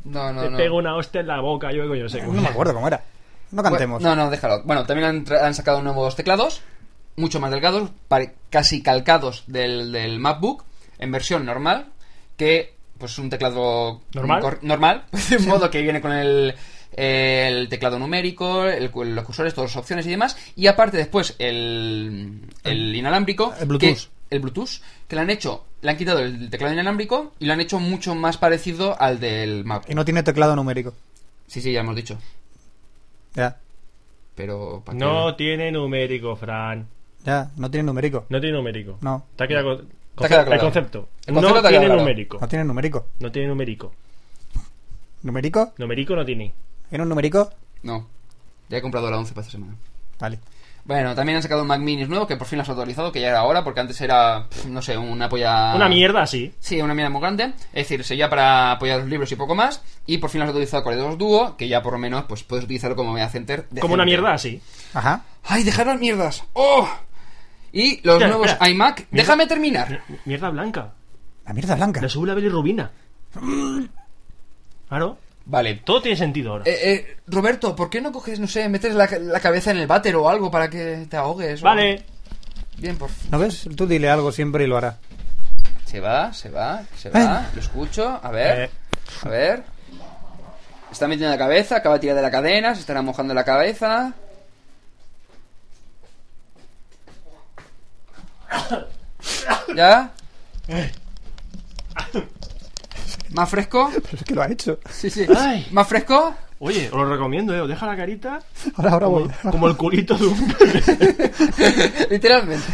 No, no,
te
no.
pego una hostia en la boca. Yo, yo sé.
No me acuerdo cómo era. No
Bueno,
cantemos.
No, no, déjalo. Bueno, también han, tra- han sacado nuevos teclados, mucho más delgados, pare- casi calcados del, del MacBook, en versión normal, que pues un teclado
¿Normal?
cor- normal, de modo que viene con el, eh, el teclado numérico, el cu- los cursores, todas las opciones y demás, y aparte después el, el inalámbrico,
el Bluetooth.
que- el Bluetooth, que le han hecho, le han quitado el teclado inalámbrico y lo han hecho mucho más parecido al del
Y
MacBook.
no tiene teclado numérico.
Sí, sí, ya hemos dicho.
Ya,
Pero ¿pa' qué?
No tiene numérico, Fran.
ya, no tiene numérico.
No tiene numérico.
No.
Te ha quedado, co-
Te ha quedado
el
claro.
concepto.
El concepto te ha
no
quedado
tiene
claro.
numérico.
No tiene numérico.
No tiene numérico.
¿Numérico?
Numérico no tiene.
¿Tiene un numérico?
No. Ya he comprado la 11 para esta semana.
Vale.
Bueno, también han sacado un Mac Minis nuevo que por fin lo has autorizado, que ya era ahora, porque antes era, pf, no sé, una polla...
Una mierda así.
Sí, una mierda muy grande. Es decir, sería para apoyar los libros y poco más. Y por fin lo has autorizado con el 2 Duo, que ya por lo menos pues puedes utilizarlo como media center. decente.
Como una mierda así.
Ajá.
¡Ay, dejar las mierdas! ¡Oh! Y los
Espera,
nuevos
espera.
iMac...
Mierda.
¡Déjame terminar!
Mi- Mierda blanca.
La mierda blanca.
La sube la bilirrubina. Claro.
Vale.
Todo tiene sentido ahora.
Eh, eh, Roberto, ¿por qué no coges, no sé, metes la, la cabeza en el váter o algo para que te ahogues? o-
Vale.
Bien, por
¿No ves? Tú dile algo siempre y lo hará.
Se va, se va, se va. Lo escucho. A ver.
Eh.
A ver. Está metiendo la cabeza, acaba de tirar de la cadena, se estará mojando la cabeza. ¿Ya?
Eh.
¿Más fresco?
Pero es que lo ha hecho.
Sí, sí.
Ay.
¿Más fresco?
Oye, os lo recomiendo, eh. Os deja la carita
Ahora, ahora voy.
como, como el culito de un
Literalmente.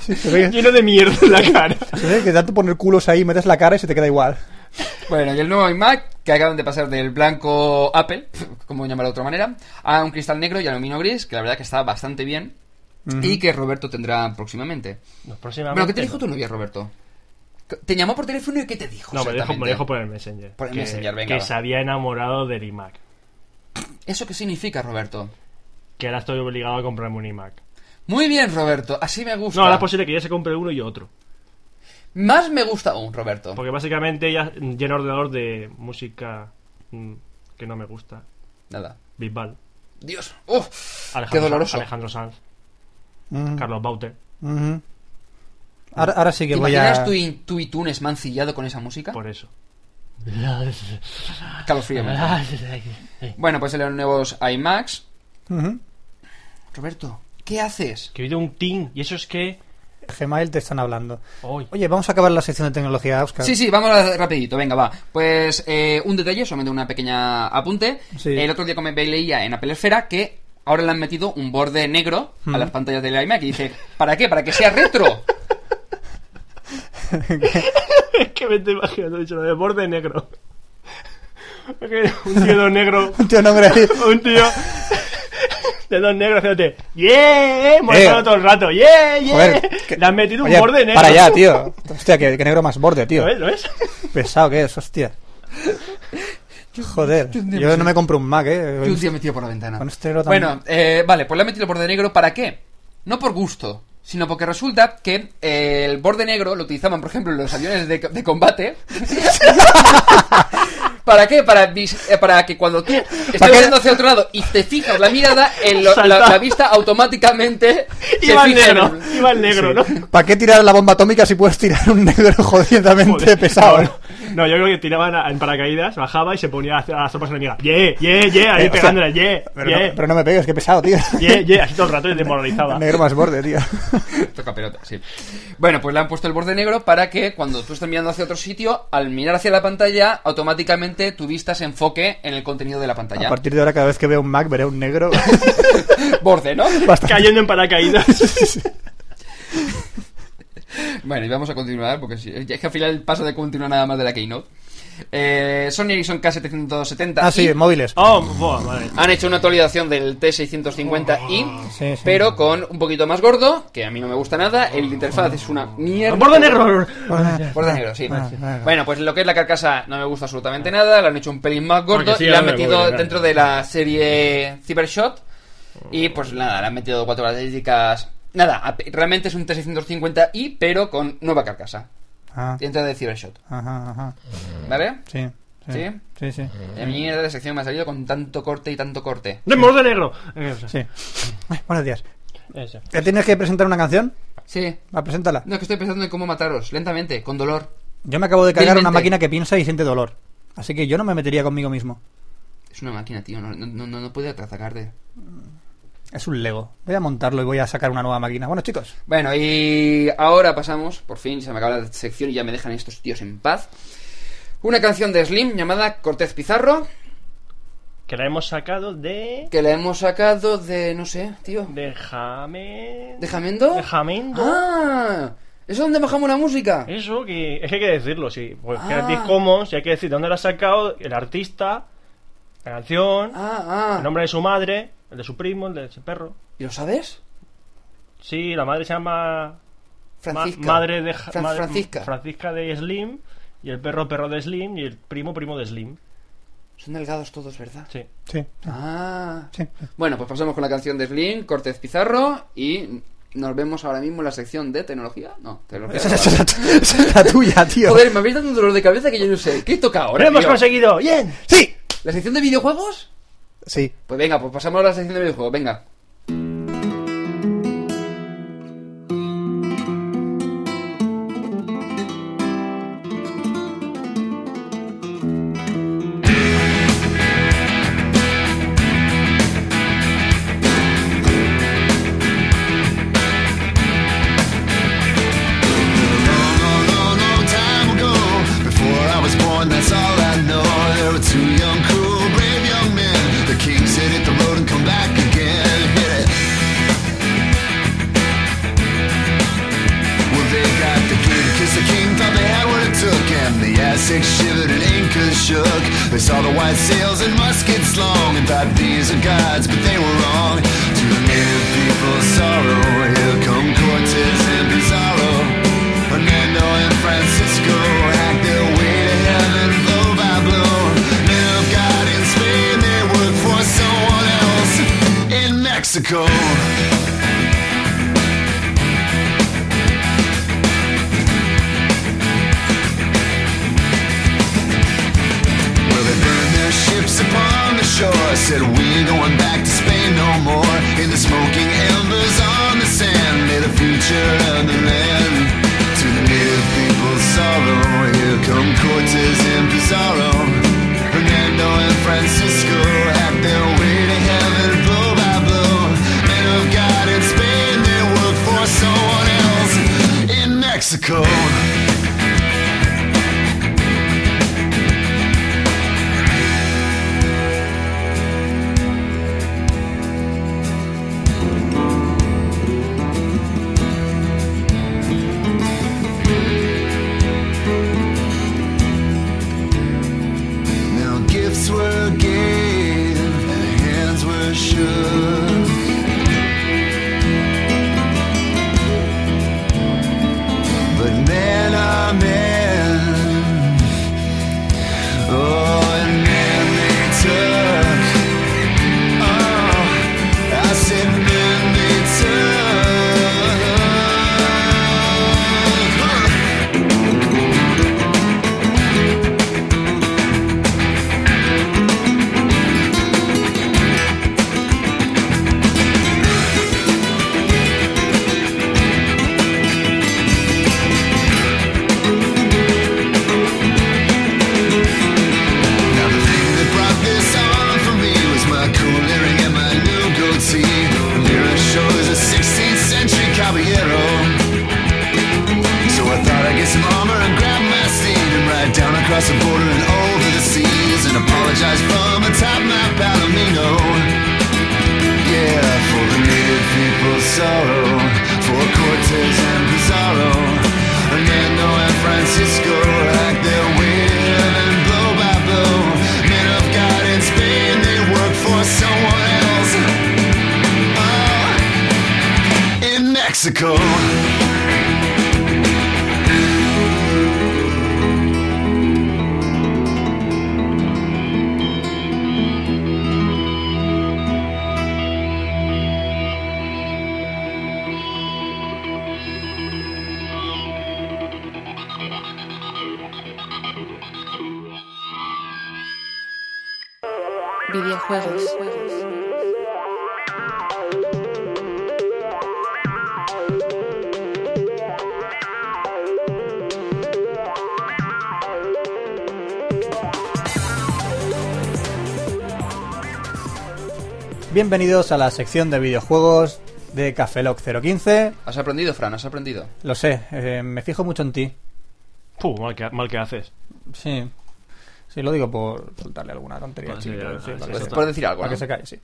Sí, se ve,
lleno de mierda en la cara.
se ve que tanto poner culos ahí, metes la cara y se te queda igual.
Bueno, y el nuevo iMac que acaban de pasar del blanco Apple, como llamarlo de otra manera, a un cristal negro y aluminio gris, que la verdad que está bastante bien y que Roberto tendrá próximamente.
No, próximamente
Bueno, ¿qué te dijo
no.
tu novia, Roberto? ¿Te llamó por teléfono y qué te dijo?
No, me dejo, me
exactamente?
dejo por el Messenger.
Por el
que,
Messenger, venga, va.
que se había enamorado del iMac.
¿Eso qué significa, Roberto?
Que ahora estoy obligado a comprarme un iMac.
Muy bien, Roberto, así me gusta.
No, ahora es posible que ella se compre uno y yo otro.
Más me gusta aún, Roberto.
Porque básicamente ella llena el ordenador de música mm, que no me gusta.
Nada.
Bisbal.
Dios. Uf,
Alejandro,
qué doloroso.
Alejandro Sanz.
Ujú,
Carlos Bauter.
ujú. Mm, Ahora, ahora sí
¿Te
que voy a.
imaginas tu, in- tu iTunes mancillado con esa música?
Por eso.
Calofríamente. Bueno, pues en los nuevos iMacs.
Ujú.
Roberto, ¿qué haces?
Que he oído un ting. Y eso es que.
Gmail te están hablando.
Hoy.
Oye, vamos a acabar la sección de tecnología, Oscar.
Sí, sí, vamos a- rapidito, venga, va. Pues eh, un detalle, solamente una pequeña apunte.
Sí.
El otro día como leía en Apple Esfera que ahora le han metido un borde negro a las pantallas del iMac y dice, ¿para qué? ¿Para que sea retro?
Es que me estoy imaginando, he dicho, lo de borde negro. Que un tío negro.
Un tío nombre así.
Un tío. De dos negros haciéndote. ¡Yeah! Molestando
Eh.
todo el rato. ¡Yeah! ¡Yeah!
Joder, que-
Le han metido un
Oye,
borde negro.
Para allá, tío. Hostia, que, que negro más borde, tío.
¿Lo ves? ¿Lo ves?
Pesado que es, hostia. Joder, yo no me compro un Mac, eh.
Y un día metido por la ventana.
Con este negro tan-
Bueno, eh, vale, pues le han metido el borde negro, ¿para qué? No por gusto, sino porque resulta que eh, el borde negro lo utilizaban, por ejemplo, en los aviones de, de combate. ¿Para qué? Para, vis- eh, para que cuando tú estás
¿Para qué?
viendo hacia otro lado y te fijas la mirada, el- lo- la,
Salta.
la vista automáticamente se
Iba al
fija en
negro.
el-
Iba al negro, ¿no?
¿Para qué tirar la bomba atómica si puedes tirar un negro jodidamente
Joder.
pesado?
No, no, yo creo que tiraban a- en paracaídas, bajaba y se ponía a hacer a las tropas enemigas. ¡Yeah! ¡Yeah! ¡Yeah! Ahí
Eh, o sea,
pegándole. ¡Yeah!
Pero,
¡Yeah!
no, pero no me pegues, que pesado, tío.
¡Yeah! ¡Yeah! Así todo el rato y desmoralizaba.
negro más borde, tío.
Toca pelota, sí. Bueno, pues le han puesto el borde negro para que cuando tú estés mirando hacia otro sitio, al mirar hacia la pantalla, automáticamente tu vista se enfoque en el contenido de la
A
pantalla.
partir de ahora, cada vez que veo un Mac, veré un negro.
Borde, ¿no?
Bastante.
Cayendo en paracaídas.
Bueno, y vamos a continuar, porque sí, es que al final paso de continuar nada más de la Keynote. Eh, Sony Ericsson K770.
Ah, sí,
y
móviles.
¡Oh! buah, madre.
han hecho una actualización del T650i,
Oh, Sí, sí.
pero con un poquito más gordo, que a mí no me gusta nada. El interfaz es una mierda.
¡Borde negro!
Borde negro, sí.
Ah, ah, ah.
Bueno, pues lo que es la carcasa no me gusta absolutamente nada. Lo han hecho un pelín más gordo
Porque sí,
y lo han
ahora me
metido
voy, claro.
dentro de la serie Cybershot. Y pues nada, le han metido cuatro características. Nada, ap- realmente es un T650i, pero con nueva carcasa.
Ah,
Dentro de Cybershot,
ajá, ajá.
¿vale?
Sí. Sí.
¿Sí?
Sí, sí.
La mierda de sección me ha salido con tanto corte y tanto corte.
¡De borde negro! Eso,
sí. Ay, buenos días.
eso.
¿Te tienes que presentar una canción?
Sí.
Va, preséntala.
No, es que estoy pensando en cómo mataros, lentamente, con dolor.
Yo me acabo de cargar una
Vilmente.
máquina que piensa y siente dolor. Así que yo no me metería conmigo mismo.
Es una máquina, tío, no, no, no, no puede atacarte.
Es un Lego. Voy a montarlo y voy a sacar una nueva máquina. Bueno, chicos.
Bueno, y ahora pasamos, por fin se me acaba la sección y ya me dejan estos tíos en paz. Una canción de Slim llamada Cortez Pizarro,
Que la hemos sacado de.
que la hemos sacado de, no sé, tío.
De Jamen.
¿De Jamendo?
De Jamendo.
¡Ah! ¿Eso es donde bajamos la música?
Eso que. Es que hay que decirlo, sí. Pues
Ah.
Creative Commons, y hay que decir dónde la ha sacado, el artista, la canción,
Ah,
el
ah.
nombre de su madre, el de su primo, el de su perro.
¿Y lo sabes?
Sí, la madre se llama. ma-
Francisca.
madre de. Ja-
Fran-
madre-
Francisca.
Francisca de Slim. Y el perro, perro de Slim. Y el primo, primo de Slim.
Son delgados todos, ¿verdad?
Sí.
Sí.
Ah.
Sí.
Bueno, pues pasamos con la canción de Slim, Cortez Pizarro y nos vemos ahora mismo en la sección de tecnología. No, tecnología.
Esa,
no,
esa-
vale.
esa- esa es la tuya, tío.
Joder, me habéis dado un dolor de cabeza que yo no sé. ¿Qué toca
¡Lo
ahora?
hemos
tío?
conseguido! ¡Bien!
Sí.
¿La sección de videojuegos?
Sí.
Pues venga, pues pasamos a la sección de videojuegos, venga.
time ago, before I was born, that's all I know. There were two young, cruel, brave young men. The kings hit it, the road, and come back again. Hit it. Well, they got the gig, cause the king thought they had what it took. And the Essex shivered and Inca shook. They saw the white sails and muskets long and thought these are gods, but they were wrong. To the native people, sorrow. Here come Cortez and Pizarro. Hernando and Francisco hack their way to heaven, blow by blow. Men of God in Spain, they work for someone else in Mexico. Well, they burned their ships upon the shore. Said, We're going back to Spain no more. In the smoking embers on the sand, lay the future of the land. To the native people's sorrow, here come Cortez and Pizarro. Hernando and Francisco hack their way to heaven, blow by blow. Men of God in Spain, they work for someone else in Mexico. Now gifts were gave and hands were shook. But men are men. Oh, and men they took. Oh, I said men they took. Huh. Now the thing that brought this on for me was my cool earring and my new goatee. Lira shows a 16th century caballero. So I thought I'd get some armor and grab my steed and ride down across the border and over the seas and apologize from atop my palomino. Yeah, for the native people's sorrow, for Cortez and Pizarro, Hernando and Francisco, like their way to heaven, blow by blow. Men of God in Spain, they work for someone else. Oh, in Mexico.
Videojuegos.
Bienvenidos a la sección de videojuegos de Cafeloc 015.
¿Has aprendido, Fran? ¿Has aprendido?
Lo sé, eh, me fijo mucho en ti.
Puh, mal que, mal que haces.
Sí. Sí, lo digo por soltarle alguna tontería.
Ah,
al chiquito,
sí, ah,
sí,
sí,
para
sí,
que
sí.
se-
Puedes decir algo,
para que
¿no?
se calle, sí.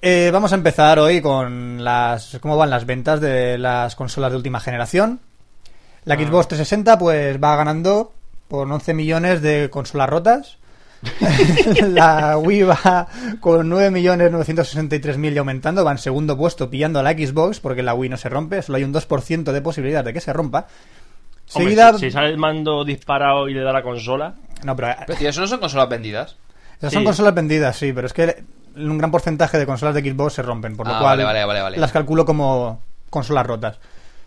Eh, vamos a empezar hoy con las cómo van las ventas de las consolas de última generación. La Xbox 360 pues va ganando con 11 millones de consolas rotas. la Wii va con 9.963.000 y aumentando, va en segundo puesto pillando a la Xbox porque la Wii no se rompe, solo hay un 2% de posibilidades de que se rompa.
Hombre,
Seguida...
si, si sale el mando disparado y le da la consola,
No, pero eh,
Pero tío, eso no son consolas vendidas.
Esas
Sí.
son consolas vendidas, sí, pero es que un gran porcentaje de consolas de Xbox se rompen, por lo
Ah,
cual
vale, vale, vale, vale.
las calculo como consolas rotas.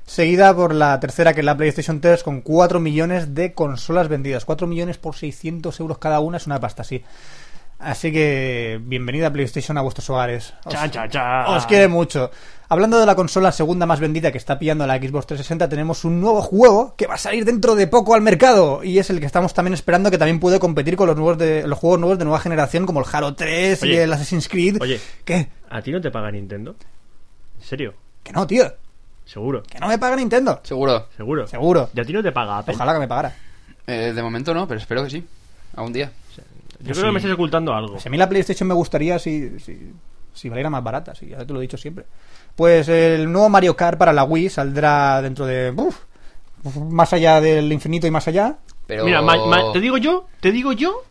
Seguida por la tercera, que es la PlayStation 3, con 4 millones de consolas vendidas. 4 millones por 600 euros cada una es una pasta, sí. Así que bienvenida PlayStation a vuestros hogares. Os-
cha, cha, cha.
os quiere mucho. Hablando de la consola segunda más vendida que está pillando la Xbox 360, tenemos un nuevo juego que va a salir dentro de poco al mercado. Y es el que estamos también esperando que también puede competir con los nuevos de, los juegos nuevos de nueva generación, como el Halo 3 y
Oye.
el Assassin's Creed.
Oye.
¿Qué?
¿A ti no te paga Nintendo? ¿En serio?
Que no, tío.
Seguro,
Que no me paga Nintendo.
Seguro.
seguro.
Seguro.
¿Y a ti no te paga Apple?
Ojalá que me pagara.
Eh, de momento no, pero espero que sí. Algún día.
Yo creo que me estás ocultando algo.
Pues a mí la PlayStation me gustaría si, si, si valiera más barata, si ya te lo he dicho siempre. Pues el nuevo Mario Kart para la Wii saldrá dentro de... uf, más allá del infinito y más allá.
Pero...
Mira, ma- ma- te digo yo, te digo yo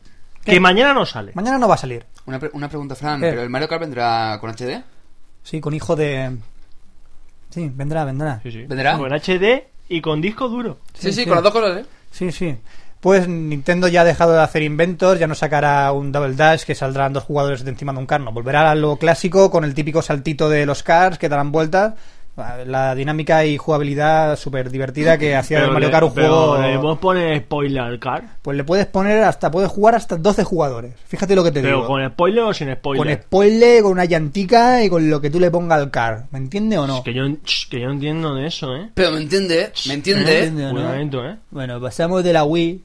Que mañana no sale.
Mañana no va a salir.
Una, pre- una pregunta, Fran.
¿Qué?
¿Pero el Mario Kart vendrá con HD?
Sí, con hijo de. Sí, vendrá, vendrá.
Sí, sí.
¿Vendrá?
Con HD y con disco duro.
Sí, sí, con las dos cosas, ¿eh?
Sí, sí. Pues Nintendo ya ha dejado de hacer inventos, ya no sacará un Double Dash que saldrán dos jugadores de encima de un carno. Volverá a lo clásico con el típico saltito de los cars que darán vueltas. La dinámica y jugabilidad súper divertida que hacía del Mario Kart un juego.
Vos pones spoiler al car.
Pues le puedes poner hasta, puedes jugar hasta 12 jugadores. Fíjate lo que te
Pero
digo.
con spoiler o sin
Con
spoiler.
spoiler, con una llantica y con lo que tú le pongas al car. ¿Me entiende o no?
Es que yo, ch, que yo no entiendo de eso, ¿eh?
Pero me entiende, me
¿Me
entiende.
entiende o
Un
no?
momento, ¿eh?
Bueno, pasamos de la Wii.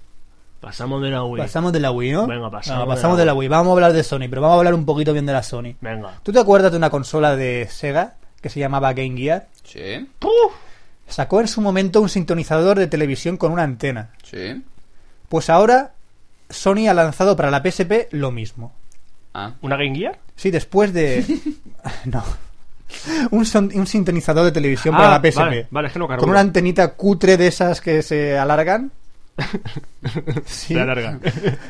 Pasamos de la Wii.
Pasamos de la Wii, ¿no?
Pues, Venga, pasamos
Venga, pasamos de la Wii. Vamos a hablar de Sony, pero vamos a hablar un poquito bien de la Sony.
Venga.
¿Tú te acuerdas de una consola de Sega que se llamaba Game Gear?
Sí,
¡Puf!
Sacó en su momento un sintonizador de televisión con una antena.
sí.
Pues ahora Sony ha lanzado para la PSP lo mismo.
Ah,
¿Una Game Gear?
Sí, después de... no. Un, son- un sintonizador de televisión
Ah,
para la PSP.
vale, vale, es que no carburo.
Con una antenita cutre de esas que se alargan. Sí.
Se alarga.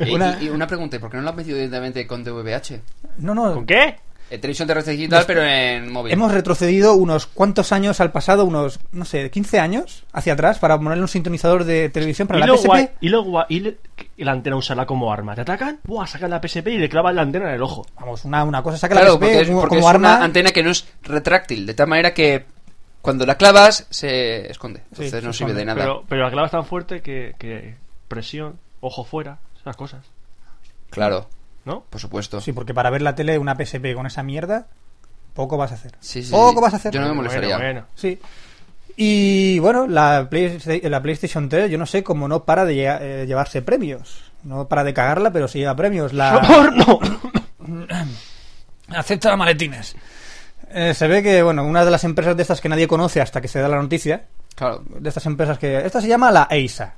Y y- y
Una-
una... pregunta, ¿y ¿por qué no lo has metido directamente con DVH?
No, no.
¿Con qué?
Eh, televisión terrestre digital, pero en móvil.
Hemos retrocedido unos cuantos años al pasado, unos, no sé, 15 años hacia atrás para ponerle un sintonizador de televisión para
y,
la
lo
PSP.
guay- y lo guay- y le- y la antena usarla como arma. ¿Te atacan? Buah, sacan la PSP y le clavan la antena en el ojo.
Vamos, una, una cosa saca
Claro,
la PSP
porque es,
como,
porque
como
es
arma.
una antena que no es retráctil, de tal manera que cuando la clavas se esconde. Entonces
se
no sirve
esconde,
de nada.
Pero, pero la clava es tan fuerte que, que presión, ojo fuera, esas cosas.
Claro,
¿No?
por supuesto.
Sí, porque para ver la tele una PSP con esa mierda, poco vas a hacer.
Sí, sí,
Poco
sí.
vas a hacer.
Yo no me
Bueno,
molestaría.
bueno.
Sí. Y bueno, la, Playsta- la PlayStation 3, yo no sé cómo no para de llega- eh, llevarse premios. No para de cagarla, pero sí lleva premios. La...
¡Por no!
Acepta maletines. Eh, se ve que, bueno, una de las empresas de estas que nadie conoce hasta que se da la noticia,
Claro.
de estas empresas que... Esta se llama la EISA.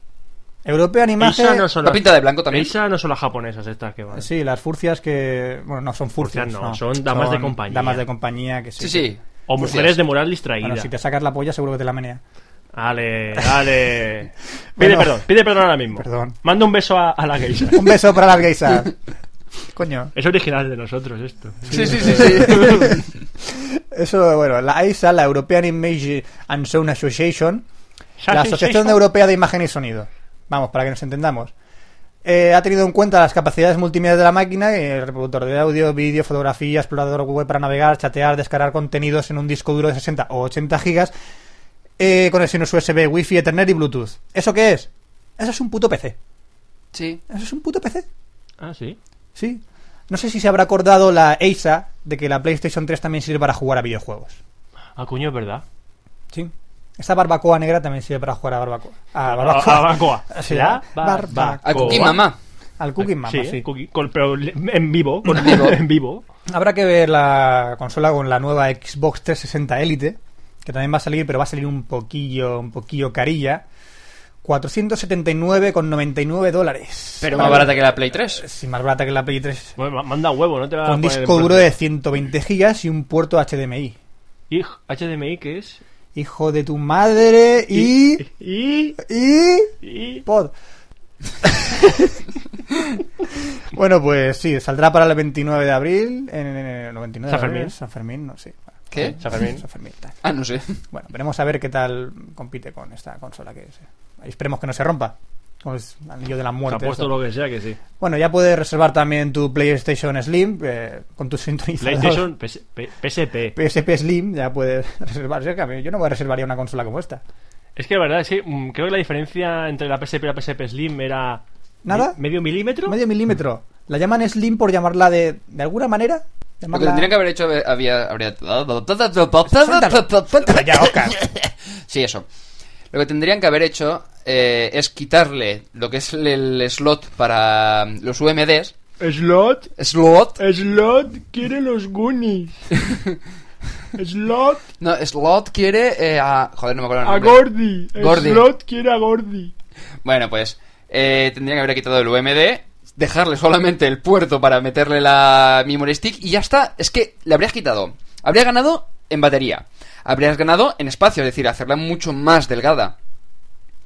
European Imagen...
Esa no son
La
las-
pinta de blanco también.
Esa no son las japonesas estas que van.
Sí, las furcias que... Bueno, no son furcias.
Furcias no, son damas de compañía.
Damas de compañía que sí.
Sí, sí.
O
Murcias.
mujeres de moral distraída.
Bueno, si te sacas la polla seguro que te la menea.
Dale, dale. Pide
Bueno.
perdón, pide perdón ahora mismo.
Perdón.
Manda un beso a, a la geisha.
Un beso para las geisas. Coño.
Es original de nosotros esto.
Sí, sí, sí, sí.
Eso, bueno, la AISA, la European Image and Sound Association, la Asociación
de
Europea de Imagen y Sonido. Vamos, para que nos entendamos. Eh, ha tenido en cuenta las capacidades multimedia de la máquina, eh, reproductor de audio, vídeo, fotografía, explorador web para navegar, chatear, descargar contenidos en un disco duro de 60 o 80 gigas, eh, conexiones USB, Wi-Fi, Ethernet y Bluetooth. ¿Eso qué es? Eso es un puto PC.
Sí.
Eso es un puto PC.
Ah, sí.
Sí. No sé si se habrá acordado la ESA de que la PlayStation 3 también sirve para jugar a videojuegos.
A Ah, cuño es verdad.
Sí. Esa barbacoa negra también sirve para jugar a barbacoa. A barbacoa.
A- a barbacoa.
Sí, Ah,
La
barbacoa.
barbacoa.
Al Cookie
Coba.
Mamá.
Al Cooking Mama,
sí.
sí.
Cookie- con- pero le- en vivo. con-
En vivo.
en vivo.
Habrá que ver la consola con la nueva Xbox 360 Elite, que también va a salir, pero va a salir un poquillo, un poquillo carilla. 479,99 dólares.
Pero más barata que la Play 3.
Sí, más barata que la Play 3.
Bueno, ma- manda huevo, no te va a
Con
poner
disco
en
duro de
plan-
120 gigas y un puerto HDMI.
Y HDMI que es.
Hijo de tu madre y...
Y.
Y...
y-
Pod. bueno, pues sí, saldrá para el 29 de abril. En, en- en- no, 29 de
San Fermín.
abril, San Fermín, no sé.
¿Qué?
San Fermín.
San Fermín, tal.
Ah, no sé.
Bueno, veremos a ver qué tal compite con esta consola que es. eh. Esperemos que no se rompa. Con el anillo de la
Te
muerte.
apuesto
esto.
lo que sea que sí.
Bueno, ya puedes reservar también tu PlayStation Slim eh, con tu sintonizador.
PlayStation, PS- P- PSP.
PSP Slim, ya puedes reservar. Yo, que a mí- yo no me reservaría una consola como esta.
Es que la verdad, sí, mm, creo que la diferencia entre la PSP y la PSP Slim era.
¿Nada?
me- ¿Medio milímetro?
Medio milímetro. La llaman Slim por llamarla de, de alguna manera.
Lo que
Llamarla...
tendría que haber hecho habe- había, habría...
Suéltalo. Ya, Oscar.
Sí, eso. Lo que tendrían que haber hecho eh, es quitarle lo que es el, el slot para los UMDs.
Slot.
Slot.
Slot quiere los Goonies. Slot
No, slot quiere eh, a... Joder, no me acuerdo el nombre.
Gordy.
Gordy. Slot
quiere a Gordy.
Bueno, pues eh, tendrían que haber quitado el UMD, dejarle solamente el puerto para meterle la memory stick y ya está. Es que le habrías quitado. Habrías ganado en batería. Habrías ganado en espacio, es decir, hacerla mucho más delgada.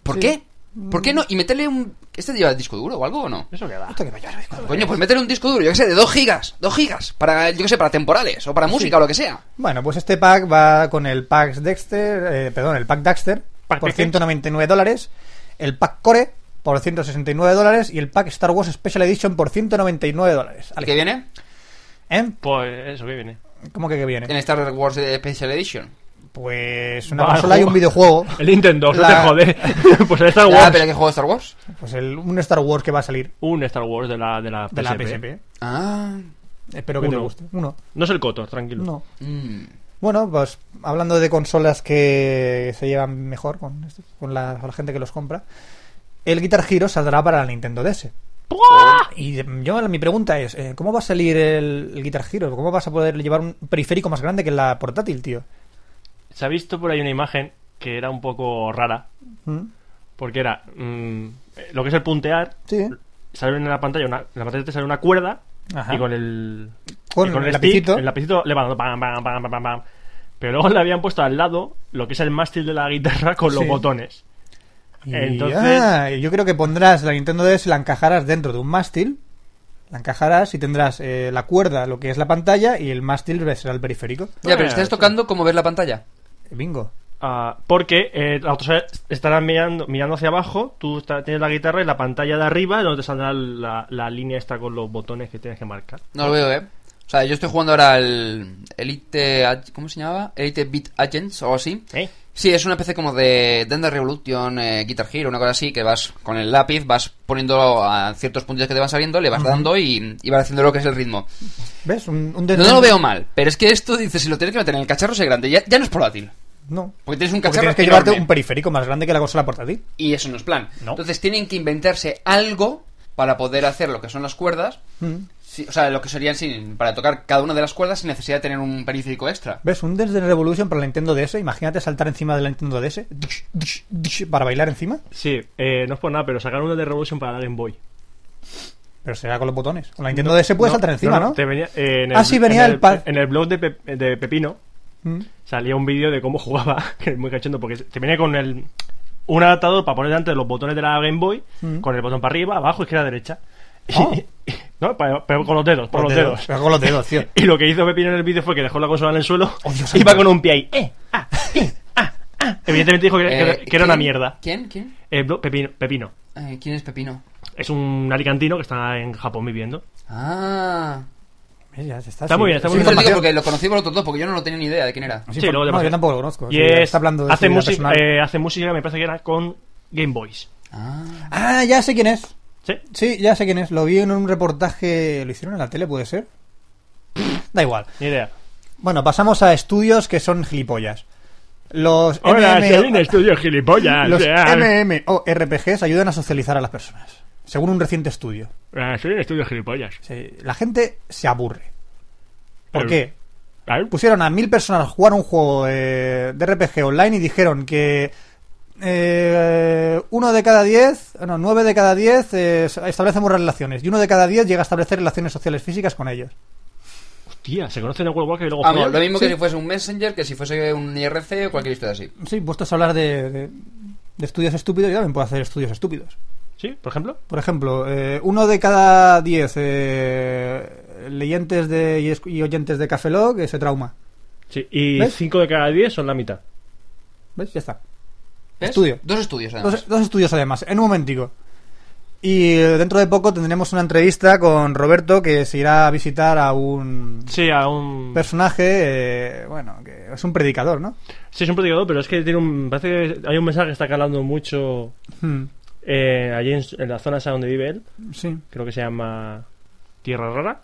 ¿Por qué? ¿Por qué no? Y meterle un... ¿Este lleva disco duro o algo o no?
Eso que va.
Esto que vaya, vaya.
Coño, pues meterle un disco duro, yo que sé, de 2 gigas. 2 gigas. Para, yo que sé, para temporales o para música o lo que sea.
Bueno, pues este pack va con el pack Dexter, eh, perdón, el pack Daxter
Pack
por
Dexter.
199 dólares, el pack Core por 169 dólares y el pack Star Wars Special Edition por 199 dólares.
¿Al que viene?
¿Eh?
Pues eso que viene.
¿Cómo que qué
En
viene?
Star Wars eh, Special Edition.
Pues una
Va,
consola y un
juego.
videojuego.
El Nintendo,
La-
no te jode. pues el Star
Ah,
Wars.
pero ¿qué juego de Star Wars?
Pues el, un Star Wars que va a salir
Un Star Wars de la, de la PSP.
de la PSP.
Ah.
Espero que te
Uno.
guste. Uno.
No es el Cotor, tranquilo.
No.
mm.
Bueno, pues hablando de consolas que se llevan mejor con, esto- con la, con la gente que los compra, el Guitar Hero saldrá para la Nintendo DS. Y eh, yo mi pregunta es, eh, ¿cómo va a salir el, el Guitar Hero? ¿Cómo vas a poder llevar un periférico más grande que la portátil, tío?
Se ha visto por ahí una imagen que era un poco rara.
¿Mm?
Porque era mm, eh, lo que es el puntear.
Sí.
Sale en la pantalla, una, en la pantalla te sale una cuerda.
Ajá.
Y con el.
Con
y
el
stick,
lapicito.
el lapicito le van dando pam, pam, pam, pam, pam, pam. Pero luego le habían puesto al lado lo que es el mástil de la guitarra con los
Sí.
botones.
Y-
Entonces-
ah, yo creo que pondrás la Nintendo DS, la encajarás dentro de un mástil, la encajarás y tendrás eh, la cuerda, lo que es la pantalla, y el mástil será el periférico. Eh,
Ya, pero
Bueno,
Ah,
estás
sí.
tocando como ver la pantalla.
Bingo.
Ah, porque eh, la otra estará mirando, mirando hacia abajo, tú está- tienes la guitarra y la pantalla de arriba es donde te saldrá la, la línea esta con los botones que tienes que marcar.
No lo veo, ¿eh? O sea, yo estoy jugando ahora al Elite... Ag- ¿Cómo se llamaba? Elite Beat Agents o algo así.
¿Eh?
Sí, es una especie como de Denda Revolution, eh, Guitar Hero, una cosa así, que vas con el lápiz, vas poniendo a ciertos puntos que te van saliendo, le vas dando y, y vas haciendo lo que es el ritmo.
¿Ves? Un, un
No,
Nintendo-
no lo veo mal, pero es que esto, dices, si lo tienes que meter en el cacharro, ese grande, ya, ya no es portátil.
No.
Porque tienes un
Porque tienes
cacharro
que
enorme,
llevarte un periférico más grande que la consola portátil.
y eso no es plan.
No.
Entonces tienen que inventarse algo para poder hacer lo que son las cuerdas,
Mm.
sí, o sea, lo que serían sin, para tocar cada una de las cuerdas sin necesidad de tener un periférico extra.
¿Ves? Un Dance Dance Revolution para la Nintendo DS. Imagínate saltar encima de la Nintendo DS. Dush, dush, dush, Para bailar encima.
Sí, eh, no es por nada, pero sacaron una de Revolution para la Game Boy.
Pero será con los botones. Con la Nintendo DS puedes saltar encima, ¿no?
te venía, eh, en
Ah, sí, venía
en
el pad.
En el blog de, Pe- de Pepino
Mm.
salía un vídeo de cómo jugaba, que es muy cachondo, porque te venía con el un adaptador para poner delante de los botones de la Game Boy,
Mm.
con el botón para arriba, abajo, izquierda, derecha.
Ah.
no, pa- pero con los dedos, por los dedos.
Pero con los dedos, tío.
Y lo que hizo Pepino en el vídeo fue que dejó la consola en el suelo
Oh, Dios
iba
santo.
con un pie ahí. ¡Eh! ¡Ah! ¡Eh! ¡Ah! ¡Ah! Evidentemente dijo que, que era-
Eh,
que era una
¿quién?
mierda.
¿Quién? ¿Quién?
Eh, bro, Pepino, Pepino.
Eh, ¿Quién es Pepino?
Es un alicantino que está en Japón viviendo.
Ah.
Ves, ya está,
Está muy bien, está muy
Sí,
bien.
te lo digo
Información.
porque lo conocí por otros dos, porque yo no lo tenía ni idea de quién era.
Sí,
Sí,
por-
luego te
no,
pasé.
yo tampoco lo conozco.
Y
sí,
es-
está hablando de
hace,
su vida
música,
personal.
eh, hace música, me parece que era con Game Boys.
Ah.
Ah, ya sé quién es.
¿Sí?
Sí, ya sé quién es. Lo vi en un reportaje. ¿Lo hicieron en la tele, puede ser? Da igual.
Ni idea.
Bueno, pasamos a estudios que son gilipollas. Los
Hola,
MM
soy un estudio gilipollas.
Los
Ah,
MMORPGs ayudan a socializar a las personas, según un reciente estudio.
ah, soy un estudio gilipollas.
Se- La gente se aburre. ¿Por
Eh.
qué?
A ver, pues,
Pusieron a mil personas a jugar un juego eh, de RPG online y dijeron que eh, uno de cada diez, ah, no, nueve de cada diez eh, establecemos relaciones y uno de cada diez llega a establecer relaciones sociales físicas con ellos.
Hostia, se conocen en World Walker y luego
Vamos,
follan?
Ah, lo mismo que
Sí.
si fuese un Messenger, que si fuese un IRC o cualquier historia así.
Sí, puestos a hablar de, de- de estudios estúpidos, yo también puedo hacer estudios estúpidos.
Sí, por ejemplo.
Por ejemplo, eh, uno de cada diez eh, leyentes de, y, esc- y oyentes de Café Lock eh, se trauma.
Sí, y
¿Ves?
5 de cada 10 son la mitad.
¿Ves? Ya está.
¿Ves?
Estudio.
Dos estudios, además.
Dos, dos estudios además, en un momentico. Y eh, dentro de poco tendremos una entrevista con Roberto que se irá a visitar a un
Sí, a un.
personaje, eh, bueno, que es un predicador, ¿no?
Sí, es un predicador, pero es que tiene un. Parece que hay un mensaje que está calando mucho
Hmm,
eh, allí en, en la zona esa donde vive él.
sí.
Creo que se llama. Tierra rara.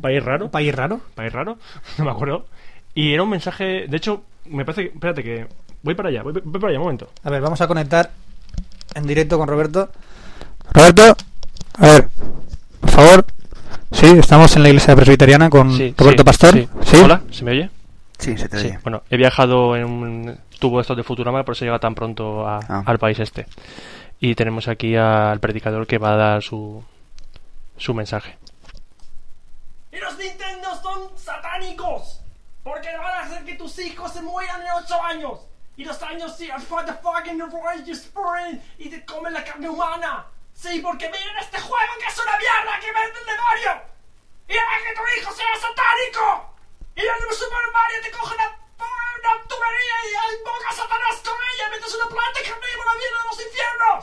País raro.
Un país raro.
País raro. No me acuerdo. Y era un mensaje. De hecho, me parece que. Espérate, que. Voy para allá, voy, voy para allá, un momento.
A ver, vamos a conectar en directo con Roberto. Roberto, a ver, por favor. Sí, estamos en la iglesia presbiteriana con Roberto Pastor.
Hola, ¿se me oye?
Sí, se te
este.
Sí, bueno, he viajado en un tubo de estos de Futurama, por eso llega tan pronto a-
Ah.
al país este. Y tenemos aquí al predicador que va a dar su, su mensaje.
Y los Nintendo son satánicos. Porque van a hacer que tus hijos se mueran en 8 años. y los años se fucking reyes foreign y te comen la carne humana. Sí, porque miren este juego que es una mierda que vende el demonio. Y haga que tu hijo sea satánico. Y el Super Mario te coge una, una tubería y invoca a Satanás con ella mientras una planta carnívora viene de los infiernos.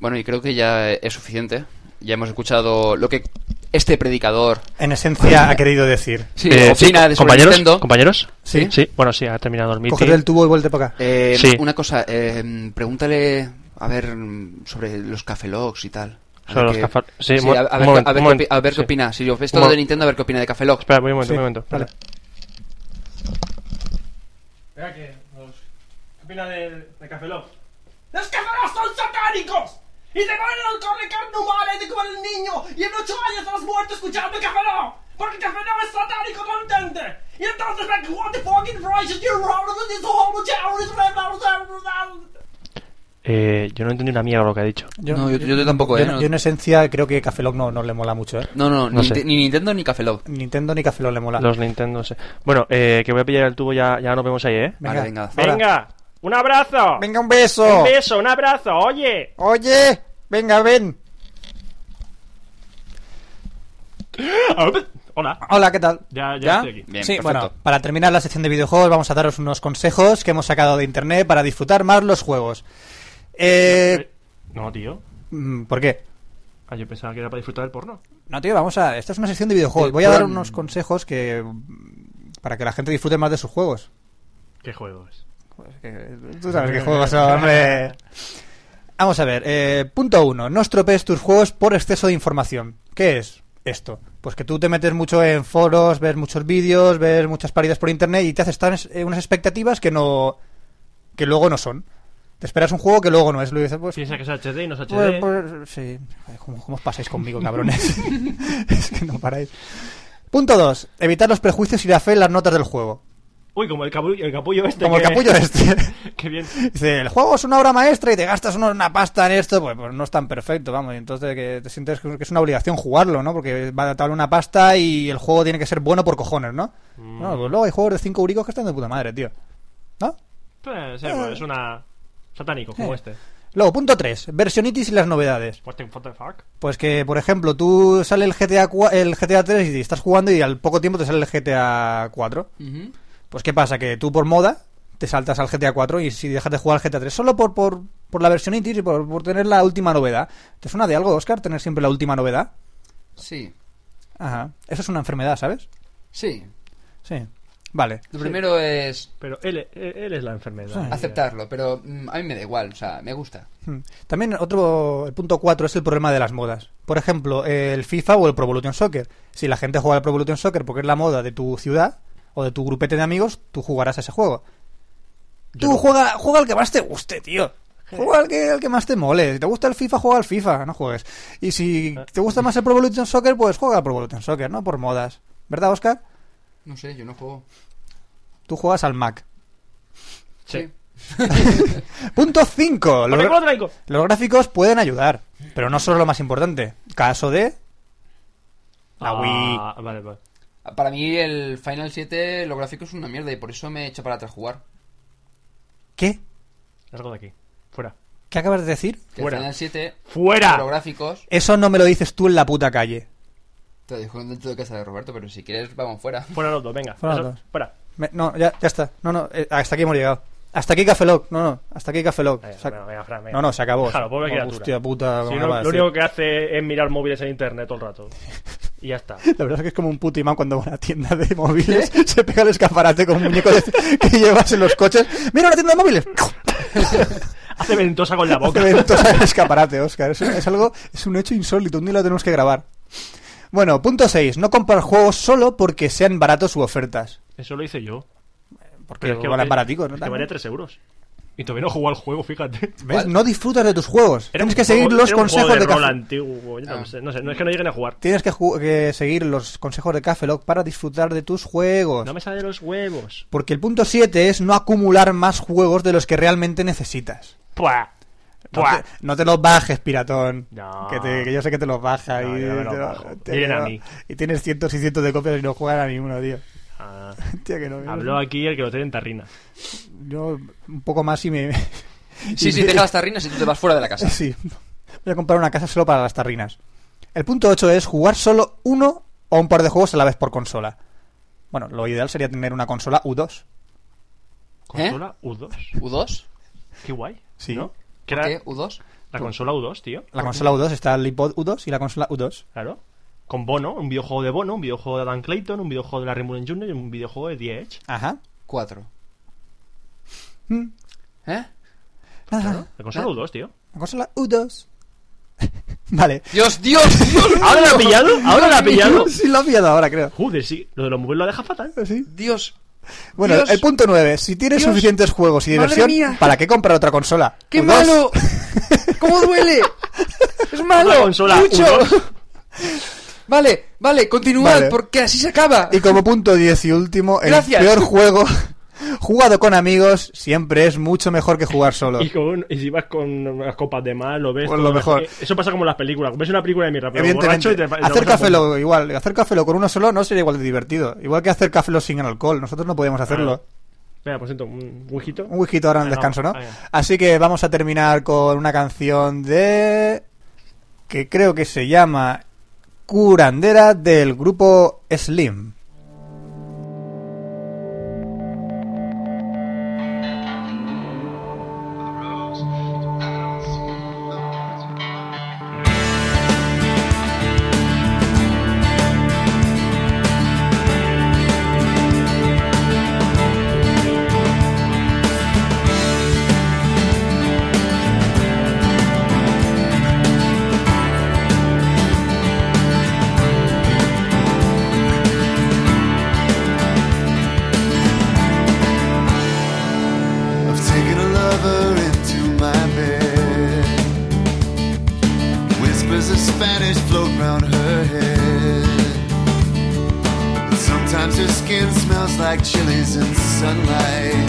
Bueno, y creo que ya es suficiente. Ya hemos escuchado lo que este predicador.
En esencia ha querido decir.
Sí,
Eh, sí,
opina de sobre
compañeros,
Nintendo.
compañeros.
Sí.
Sí, bueno, sí, ha terminado el meeting.
Cógete el tubo y vuelve para acá.
Eh,
Sí.
Una cosa, eh, pregúntale a ver mm, sobre los cafelogs y tal. A
Sobre
ver
los
qué-
Café- sí,
Sí,
mo-
a, a
un
ver, qué-
momento,
a ver
un
qué
momento,
opi- a ver qué
sí.
opina. Si yo ves
Un
todo de
momento.
Nintendo, a ver qué opina de cafelogs.
Espera, un momento,
Sí,
un momento.
vale.
espera.
Venga, que los... ¿Qué opina de, de Café Lock? ¡Los Café Lock son satánicos! Y te van a correr carne humana y te comen el niño y en ocho años has muerto escuchando Café Lock. Porque Café Lock es satánico, ¿no entiende? Y entonces, like, what the fucking righteous you're wrong with this whole town is red, blah, blah, blah, blah.
Eh, yo no entendí una mierda lo que ha dicho.
No, yo- yo tampoco,
yo-
eh, no.
yo en esencia creo que Café Lock no, no le mola mucho, ¿eh?
No, no,
No
ni,
sé.
Ninte- ni Nintendo ni cafelog.
Nintendo ni Café Lock le mola.
Los Nintendo, sí. Bueno, eh, que voy a pillar el tubo, ya, ya nos vemos ahí, ¿eh?
Vale, venga.
Ahora.
¡Venga! ¡Un abrazo!
Venga, un beso.
¡Un beso, un abrazo! ¡Oye!
Oye, venga, ven.
Hola.
Hola, ¿qué tal?
Ya, ya estoy aquí.
Bien,
sí,
perfecto.
bueno, para terminar la sección de videojuegos vamos a daros unos consejos que hemos sacado de internet para disfrutar más los juegos. Eh,
No, tío.
mm, ¿Por qué?
Ah, yo pensaba que era para disfrutar del porno.
No, tío, vamos a... Esta es una sección de videojuegos.
El
Voy a dar
plan.
unos consejos que... Para que la gente disfrute más de sus juegos.
¿Qué juego es?
Que- Tú sabes qué juegos son, hombre. Vamos a ver, eh, punto uno, no estropees tus juegos por exceso de información. ¿Qué es esto? Pues que tú te metes mucho en foros, ves muchos vídeos, ves muchas paridas por internet y te haces tan es- eh, unas expectativas que no que luego no son. Te esperas un juego que luego no es, lo dices, pues,
Piensa que es HD y no es HD.
pues, pues, sí. Joder, ¿Cómo, cómo os pasáis conmigo, cabrones? es que no paráis. Punto 2. Evitar los prejuicios y la fe en las notas del juego.
Uy, como el capullo, el capullo este.
Como el
que-
capullo este.
Qué bien.
Dice, el juego es una obra maestra y te gastas una, una pasta en esto, pues, pues no es tan perfecto, vamos. Y entonces que te sientes que es una obligación jugarlo, ¿no? Porque va a darle una pasta y el juego tiene que ser bueno por cojones, ¿no? No, pues luego hay juegos de 5 euricos que están de puta madre, tío. ¿No?
Pues, sí, pues, es una. Satánico,
Eh.
como este.
Luego, punto 3. Versionitis y las novedades.
What the, what the fuck?
Pues que, por ejemplo, tú sale el GTA, cua- el GTA 3 y estás jugando y al poco tiempo te sale el GTA 4.
Ujú.
Pues qué pasa, que tú por moda te saltas al GTA 4 y si dejas de jugar al GTA 3 solo por, por, por la versión ITIS y por, por tener la última novedad. ¿Te suena de algo, Oscar, tener siempre la última novedad?
Sí,
Ajá. Eso es una enfermedad, ¿sabes?
sí.
Sí. Vale.
Lo primero es
Pero él, él, él es la enfermedad.
aceptarlo, pero mm, a mí me da igual, o sea, me gusta.
Hmm. También otro, el punto 4 es el problema de las modas. Por ejemplo, el FIFA o el Pro Evolution Soccer. Si la gente juega al Pro Evolution Soccer porque es la moda de tu ciudad o de tu grupete de amigos, tú jugarás a ese juego. tú juega, juega al que más te guste, tío. Juega al que, al que más te mole. Si te gusta el FIFA, juega al FIFA, no juegues. Y si te gusta más el Pro Evolution Soccer, pues juega al Pro Evolution Soccer, ¿no? Por modas. ¿Verdad, Oscar?
No sé, yo no juego.
Tú juegas al Mac.
Sí.
Punto 5.
Lo tengo, lo traigo.
Los gráficos pueden ayudar, pero no solo lo más importante. Caso de la Wii.
Ah, vale, vale.
Para mí el Final 7, lo gráfico es una mierda y por eso me he hecho para atrás jugar.
¿Qué?
Largo de aquí. Fuera.
¿Qué acabas de decir?
Que
Fuera. Ah.
El Final 7,
¡Fuera!
los gráficos,
Eso no me lo dices tú en la puta calle.
te lo dejo dentro de casa de Roberto, pero si quieres vamos fuera.
Fuera los dos, venga.
Fuera
Eso-
los dos.
Fuera.
Me- no, ya, ya está. No, no, eh, hasta aquí hemos llegado. Hasta aquí Café Lock. No, no, hasta aquí Café Lock.
Venga,
Se ac-
venga, venga, Fran, venga.
No, no, se acabó.
Déjalo, pobre criatura.
Hostia puta.
Si
¿cómo
no,
va a
lo
decir?
único que hace es mirar móviles en internet todo el rato. Y ya está.
La verdad es que es como un puto imán cuando va a una tienda de móviles, se pega el escaparate con un muñeco de- que llevas en los coches. ¡Mira una tienda de móviles!
Hace ventosa con la boca.
Hace eventos en el escaparate, Oscar. Es, es algo, es un hecho insólito. Un día lo tenemos que grabar. Bueno, punto 6. No comprar juegos solo porque sean baratos u ofertas.
Eso lo hice yo.
Porque
Pero es que
valen
es-
baraticos,
es
¿no?
que valía 3 euros. Y todavía no jugó al juego, fíjate.
¿Ves? No disfrutas de tus juegos.
Era un
Tienes que
juego-
seguir los
era un
consejos
juego
de,
de rol
Café-
antiguo. yo no,
Ah.
sé, no sé, no es que no lleguen a jugar.
Tienes que, ju- que seguir los consejos de Café Lock para disfrutar de tus juegos.
No me sale de los huevos.
Porque el punto 7 es no acumular más juegos de los que realmente necesitas.
¡Puah!
No
¡Puah!
te, no te los bajes, piratón.
No.
Que, te- que yo sé que te los baja
No,
y,
yo no me los
te lo-
bajo.
te
Miren a
lo-
mí.
y tienes cientos y cientos de copias y no juegan a ninguno, tío.
Ah,
Hostia, que no, que no-
habló aquí el que lo tiene en tarrina.
¿Eh? Yo un poco más y me...
Sí, sí, deja las tarrinas y tú te vas fuera de la casa.
Sí. Voy a comprar una casa solo para las tarrinas. El punto 8 es jugar solo uno o un par de juegos a la vez por consola. Bueno, lo ideal sería tener una consola U2.
Consola U2.
¿U2?
Qué guay.
Sí.
¿No? ¿Qué era
¿Qué? ¿U2?
la consola U2, tío?
La consola U2 está el iPod U2 y la consola U2.
Claro. Con Bono, un videojuego de Bono, un videojuego de Adam Clayton, un videojuego de Larry Mullen Jr. y un videojuego de The Edge.
Ajá.
4.
Mm.
¿Eh?
Ajá.
La consola U2, tío.
La consola U2. vale.
Dios, Dios, Dios.
Ah.
¿Ahora la ha pillado? ¿Ahora la ha pillado?
Sí, lo ha pillado ahora, creo.
Joder, sí. Lo de los móviles lo deja fatal.
Sí.
Dios.
Bueno,
Dios.
el punto 9. Si tienes
Dios.
suficientes juegos y
Madre
diversión,
mía.
¿para qué comprar otra consola?
¡Qué
U2.
malo! ¿Cómo duele? ¡Es
Una
malo!
consola,
¡Mucho!
U2.
Vale, vale, continuad,
Vale.
porque así se acaba.
Y como punto 10 y último, el
Gracias.
peor juego jugado con amigos siempre es mucho mejor que jugar solo.
Y, con, y si vas con las copas de más, lo ves.
Pues
todo
lo mejor.
Eso pasa como en las películas. Ves una película de mierda, pero borracho
Evidentemente,
y te, te
hacer
vas a
café
poner-
lo igual, hacer café lo con uno solo no sería igual de divertido. Igual que hacer café lo sin alcohol, nosotros no podemos hacerlo.
Venga, por cierto, un wikito.
Un whisky ahora en el
Venga,
descanso, ¿no?
vamos, venga.
Así que vamos a terminar con una canción de que creo que se llama Curandera del grupo Slim.
I've taken a lover into my bed. Whispers of Spanish float round her head. And sometimes her skin smells like chilies in sunlight.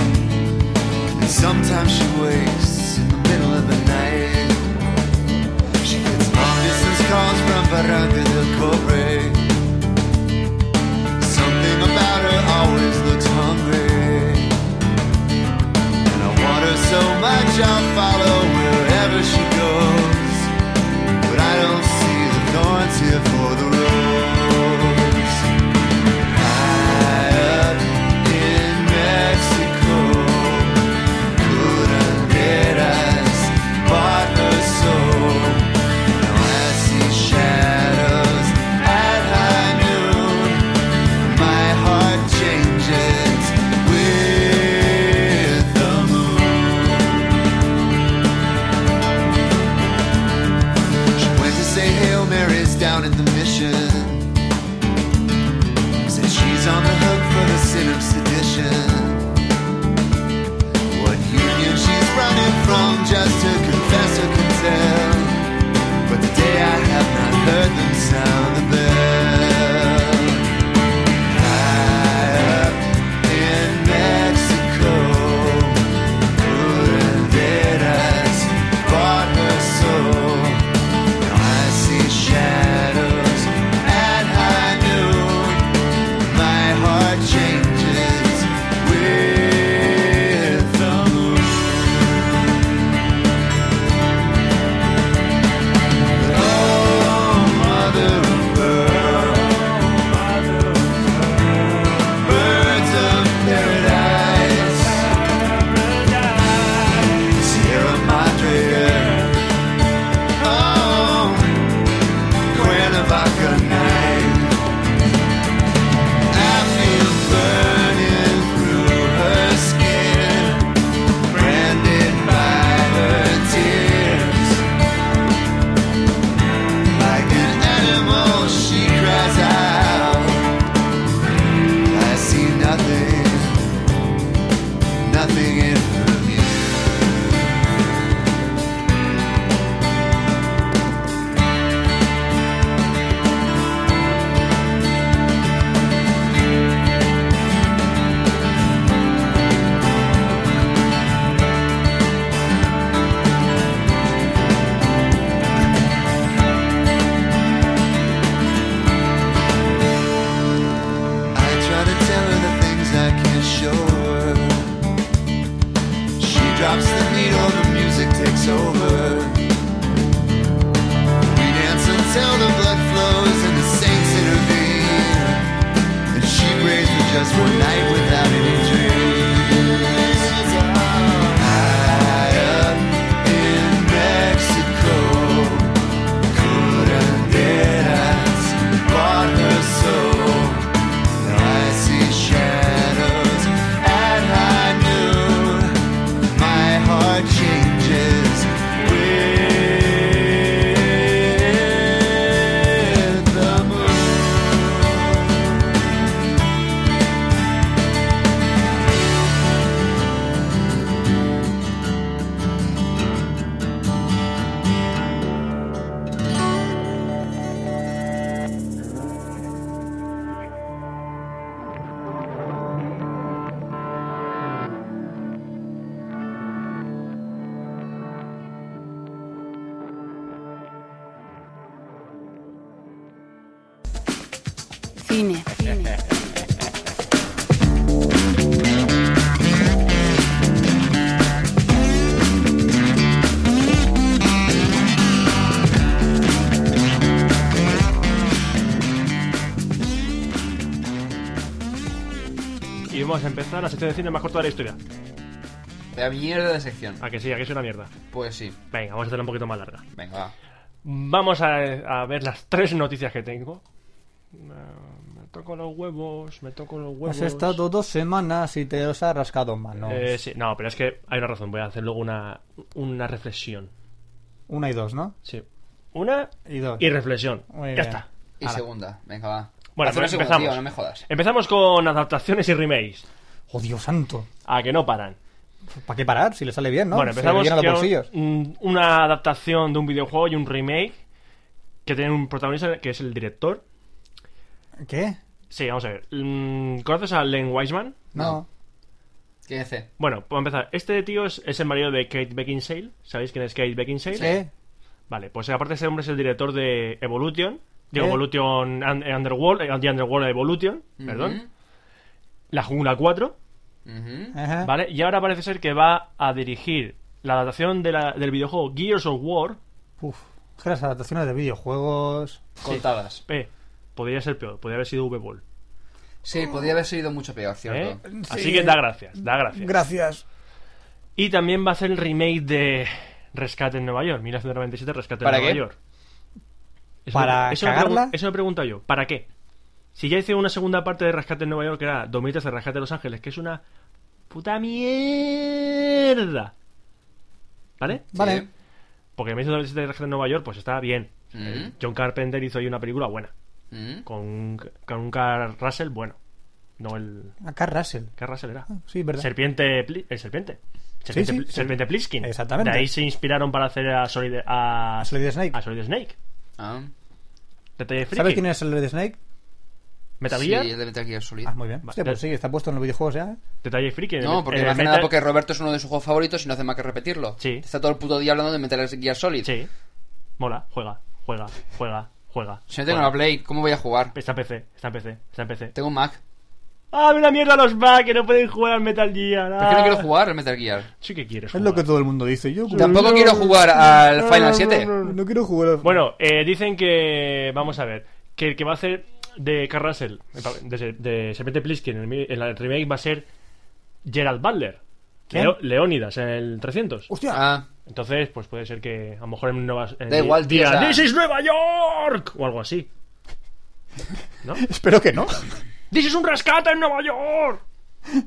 And sometimes she wakes in the middle of the night. She gets long distance calls from Barranca del Cobre. Something about her always looks hungry. And I want her so much I'll follow wherever she goes. But I don't see the thorns here for the rose. High up in Mexico, curanderas bought her soul. Now I see shadows at high noon. My heart changes with the moon. She went to say Hail Mary's down in the mission. Said she's on the hook for the sin of sedition. What union she's running from, just her confessor can tell. But today I have not heard them sound the bell. Changes with the moon. Oh, Oh, drops the needle, the music takes over. We dance until the blood flows and the saints intervene. And she prays for just one night without any dreams. High up in Mexico, curanderas bought her soul. I see shadows at high noon. My heart changes with the moon.
Cine. cine.
Y vamos a empezar la sección de cine más corta de la historia.
La mierda de sección.
A que sí, a que es una mierda.
Pues sí.
Venga, vamos a hacerla un poquito más larga.
Venga, va.
Vamos a, a ver las tres noticias que tengo. Eh, Me toco los huevos, me toco los huevos.
Has Pues estado dos semanas y te los ha rascado mano.
Eh, sí, no, pero es que hay una razón. Voy a hacer luego una, una reflexión.
Una y dos, ¿no?
Sí. Una
Y dos.
y reflexión.
Muy
ya
bien.
está.
Y segunda. Venga, va.
Bueno,
Hazme
pues
segunda,
empezamos.
tío, no me jodas.
Empezamos con adaptaciones y remakes.
¡Oh, Dios santo!
A que no paran.
¿Para qué parar? Si le sale bien, ¿no?
Bueno,
Se le
empezamos
llenan los
con
bolsillos.
mm, una adaptación de un videojuego y un remake que tiene un protagonista que es el director.
¿Qué?
Sí, vamos a ver. Mm, ¿Conoces a Len Wiseman?
No.
Eh.
¿Quién es C?
Bueno, para empezar, este tío es, es el marido de Kate Beckinsale. ¿Sabéis quién es Kate Beckinsale?
¿Qué?
Vale, pues aparte ese hombre es el director de Evolution. Digo,
¿Eh?
Evolution and- eh, Underworld, eh, The Underworld Evolution, perdón. La Jungla 4,
Ujú.
Ajá.
¿vale? Y ahora parece ser que va a dirigir la adaptación de la- del videojuego Gears of War.
Uf. Es que las adaptaciones de videojuegos.
Contadas.
Eh, podría ser peor, podría haber sido V-Ball.
Sí, podría haber sido mucho peor, ¿cierto?
¿eh? Así que da gracias, da gracias.
Gracias.
y también va a ser el remake de Rescate en Nueva York, 1997 Rescate
¿Para
en Nueva
qué?
York. Eso
¿Para
me- eso me
cagarla?
pregun- eso me he preguntado yo, ¿para qué? Si ya hice una segunda parte de Rescate en Nueva York, que era 2013 Rescate en Los Ángeles, que es una puta mierda. ¿Vale?
Vale.
Sí.
Porque 1997 Rescate en Nueva York, pues está bien.
Mm.
Eh, John Carpenter hizo ahí una película buena.
Mm.
Con, un- con un Carl Russell, bueno. No el.
Acá Russell.
Carl Russell era.
Sí, Ah, ¿verdad?
Serpiente. Pli- El serpiente. Serpiente,
sí,
Pli-
sí.
serpiente Pliskin.
Exactamente.
De ahí se inspiraron para hacer a Solid, a,
A Solid Snake.
a Solid Snake.
Ah.
Detalle friki.
¿Sabes quién es el de Snake?
Metal
Sí,
Gear,
el de Metal Gear Solid.
Ah, muy bien.
Vale.
Hostia, pues sí, está puesto en los videojuegos ya. ¿eh?
Detalle friki.
No, porque
En el
más que nada
Metal-
porque Roberto es uno de sus juegos favoritos y no hace más que repetirlo.
Sí.
Está todo el puto día hablando de Metal Gear Solid.
Sí. Mola. Juega. Juega. Juega. Juega.
Si no tengo
juega.
una Play, ¿cómo voy a jugar?
Está en PC. Está en PC. Está en PC.
Tengo un Mac.
¡Ah, una mierda los va! Que no pueden jugar al Metal Gear.
¿Por qué no
ah.
quiero jugar al Metal Gear?
Sí que quieres
Es lo que
jugar.
todo el mundo dice. Yo como-
Tampoco quiero jugar al Final 7.
No quiero jugar. al-
Bueno, eh, dicen que. Vamos a ver. Que el que va a hacer de Carrasel, de, Se- de Serpiente Pliskin, en el, mi- en la remake va a ser Gerald Butler.
¿Quién?
Leo- Leónidas, en el 300.
Hostia.
Ah,
Entonces, pues puede ser que a lo mejor en Nueva. en
Da igual, tío,
diga,
o sea-
¡This is Nueva York! O algo así. ¿No?
Espero que no.
¡This is un rescate en Nueva York!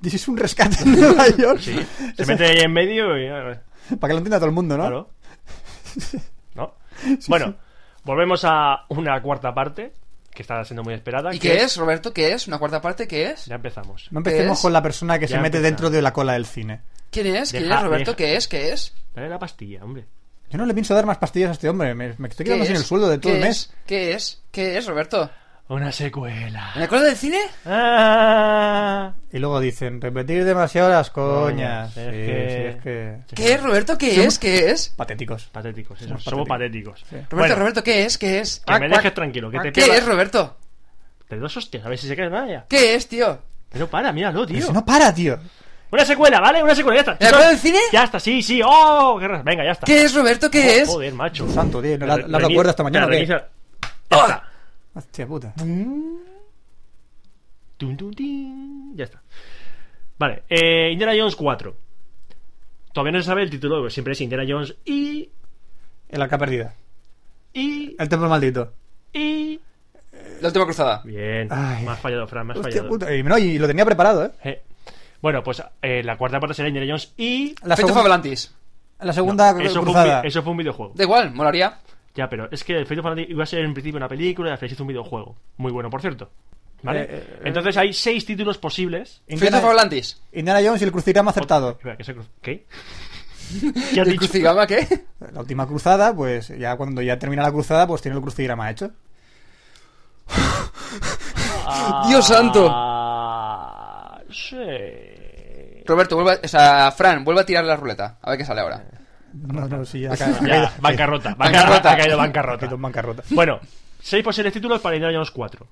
Dices un rescate en Nueva York.
Sí. Se mete ahí en medio y. eh,
Para que lo entienda todo el mundo, ¿no?
Claro. ¿No? Bueno, volvemos a una cuarta parte que está siendo muy esperada.
¿Y
que
qué es, Roberto? ¿Qué es? ¿Una cuarta parte? ¿Qué es?
Ya empezamos.
No empecemos
Es-
con la persona que se
Ya
mete
empieza.
dentro de la cola del cine.
¿Quién es? ¿Quién
Deja-
es, Roberto?
deja.
¿Qué es? ¿Qué es?
Dale la pastilla, hombre.
Yo no le pienso dar más pastillas a este hombre. Me, me estoy
¿Qué
quedando
es?
sin el sueldo de todo
¿Qué
el mes.
es? ¿Qué es? ¿Qué es, Roberto?
Una secuela.
¿En la cola del cine?
Ah,
Y luego dicen, repetir demasiado las coñas.
Coñas,
Sí,
es que-
sí, es que...
¿Qué es, Roberto? ¿Qué es? ¿Qué es?
Patéticos.
patéticos, eso.
Somos
Somos
patéticos.
patéticos.
Sí.
Roberto,
Bueno,
Roberto, ¿qué es? ¿Qué es?
Que me dejes tranquilo, que te
¿Qué
pega-
es, Roberto?
Te doy dos hostias, a ver si se queda nada ya.
¿Qué es, tío?
Pero para, míralo,
Pero
tío.
si no para, tío.
Una secuela, ¿vale? Una secuela, ya está.
¿La secuela del cine?
Ya está, sí, sí. ¡Oh! qué ra- Venga, ya está.
¿Qué es, Roberto?
Oh,
¿Qué es?
Joder, macho.
Santo, tío, ¿no la-
Re-
la
reinicia-
recuerdas esta mañana
espera,
o qué?
reinicia- Ya
Ah.
está.
Hostia puta.
Mm.
Tun, tun, tin. Ya está. Vale, eh, Indiana Jones 4. Todavía no se sabe el título, porque siempre es Indiana Jones y.
El arca perdida.
y.
El templo maldito.
y.
La última cruzada.
Bien,
Ay.
me has fallado, Fran, me has
Hostia
fallado.
puta. Y, no, y lo tenía preparado, ¿eh?
Eh, Bueno, pues eh, la cuarta parte será Indiana Jones y.
La
Fecho
segunda,
Fabelantis.
la segunda
No, eso, fue un,
cruzada.
vi- eso fue un videojuego.
Da igual, molaría.
Ya, pero es que el Fate of Atlantis iba a ser en principio una película y al final se hizo un videojuego. Muy bueno, por cierto. ¿Vale?
Eh, eh,
Entonces hay seis títulos posibles.
Fecho
Indiana,
Fabelantis.
Indiana Jones y el crucigrama acertado.
Espera, que se cruz- ¿Qué? ¿Qué has
¿El
dicho?
crucigrama qué?
La última cruzada, pues ya cuando ya termina la cruzada, pues tiene el crucigrama hecho.
Dios santo.
Ah, sí.
Roberto, vuelve a, o sea, Fran, vuelve a tirar la ruleta. A ver qué sale ahora.
No, no, sí, ya. ha ca- ha
Ya,
caído-
bancarrota.
Bancarrota.
Bancarrota. Ha caído
ha caído en
bancarrota.
bancarrota.
Bueno, seis posibles títulos para Indiana Jones 4.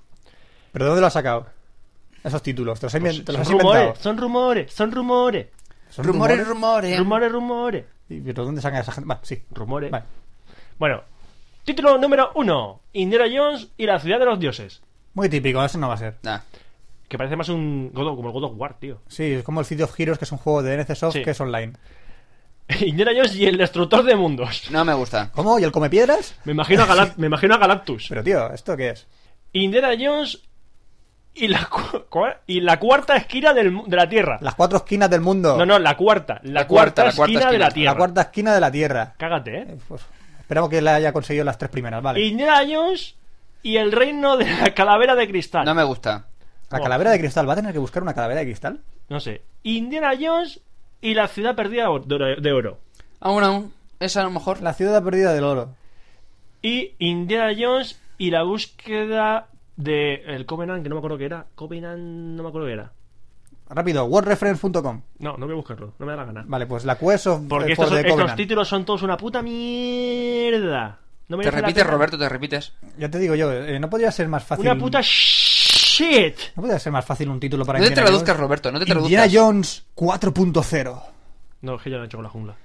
¿Pero de dónde lo has sacado? Esos títulos, te los, has inven- te los
Pues son
has inventado.
rumores, son rumores, son rumores.
¿Son
rumores, rumores.
Rumores, rumores.
¿Y- ¿Pero dónde sacan esa gente? Va, sí.
Rumores.
Vale.
Bueno, título número uno: Indiana Jones y la ciudad de los dioses.
Muy típico, eso no va a ser.
Nah.
Que parece más un God of- como el God of War, tío.
Sí, es como el City of Heroes, que es un juego de NCSoft
Sí.
que es online.
Indiana Jones y el destructor de mundos.
No me gusta.
¿Cómo? ¿Y el come piedras?
Me imagino a, Galactus me imagino a Galactus.
Pero tío, ¿esto qué es?
Indiana Jones y la, cu- cua- y la cuarta esquina del mu- de la Tierra.
Las cuatro esquinas del mundo.
No, no, la cuarta. La,
La cuarta,
cuarta,
la
esquina,
cuarta
de
esquina.
la
La
Tierra.
La cuarta esquina de la Tierra.
Cágate, ¿eh?
Eh, pues, esperamos que la haya conseguido las tres primeras, vale.
Indiana Jones y el reino de la calavera de cristal.
No me gusta.
La calavera de cristal, ¿va a tener que buscar una calavera de cristal?
No sé. Indiana Jones y la ciudad perdida de oro- de oro- de oro.
Aún, aún. Esa a lo mejor.
La ciudad perdida del oro.
Y Indiana Jones y la búsqueda de el Covenant, que no me acuerdo qué era. Covenant, no me acuerdo qué era.
Rápido, worldreference.com.
No, no voy a buscarlo, no me da la gana.
Vale, pues la Quest of
Porque
eh,
estos,
for the
estos
Covenant.
títulos son todos una puta mierda.
Te
No merece la
repites,
pena.
Roberto, te repites.
Ya te digo yo, eh, no podría ser más fácil.
Una puta shit.
No podría ser más fácil un título para
No te
Indiana
traduzcas,
Jones.
Roberto, no te
Indiana
traduzcas.
Jones 4.0.
No, es que ya lo he hecho con la jungla.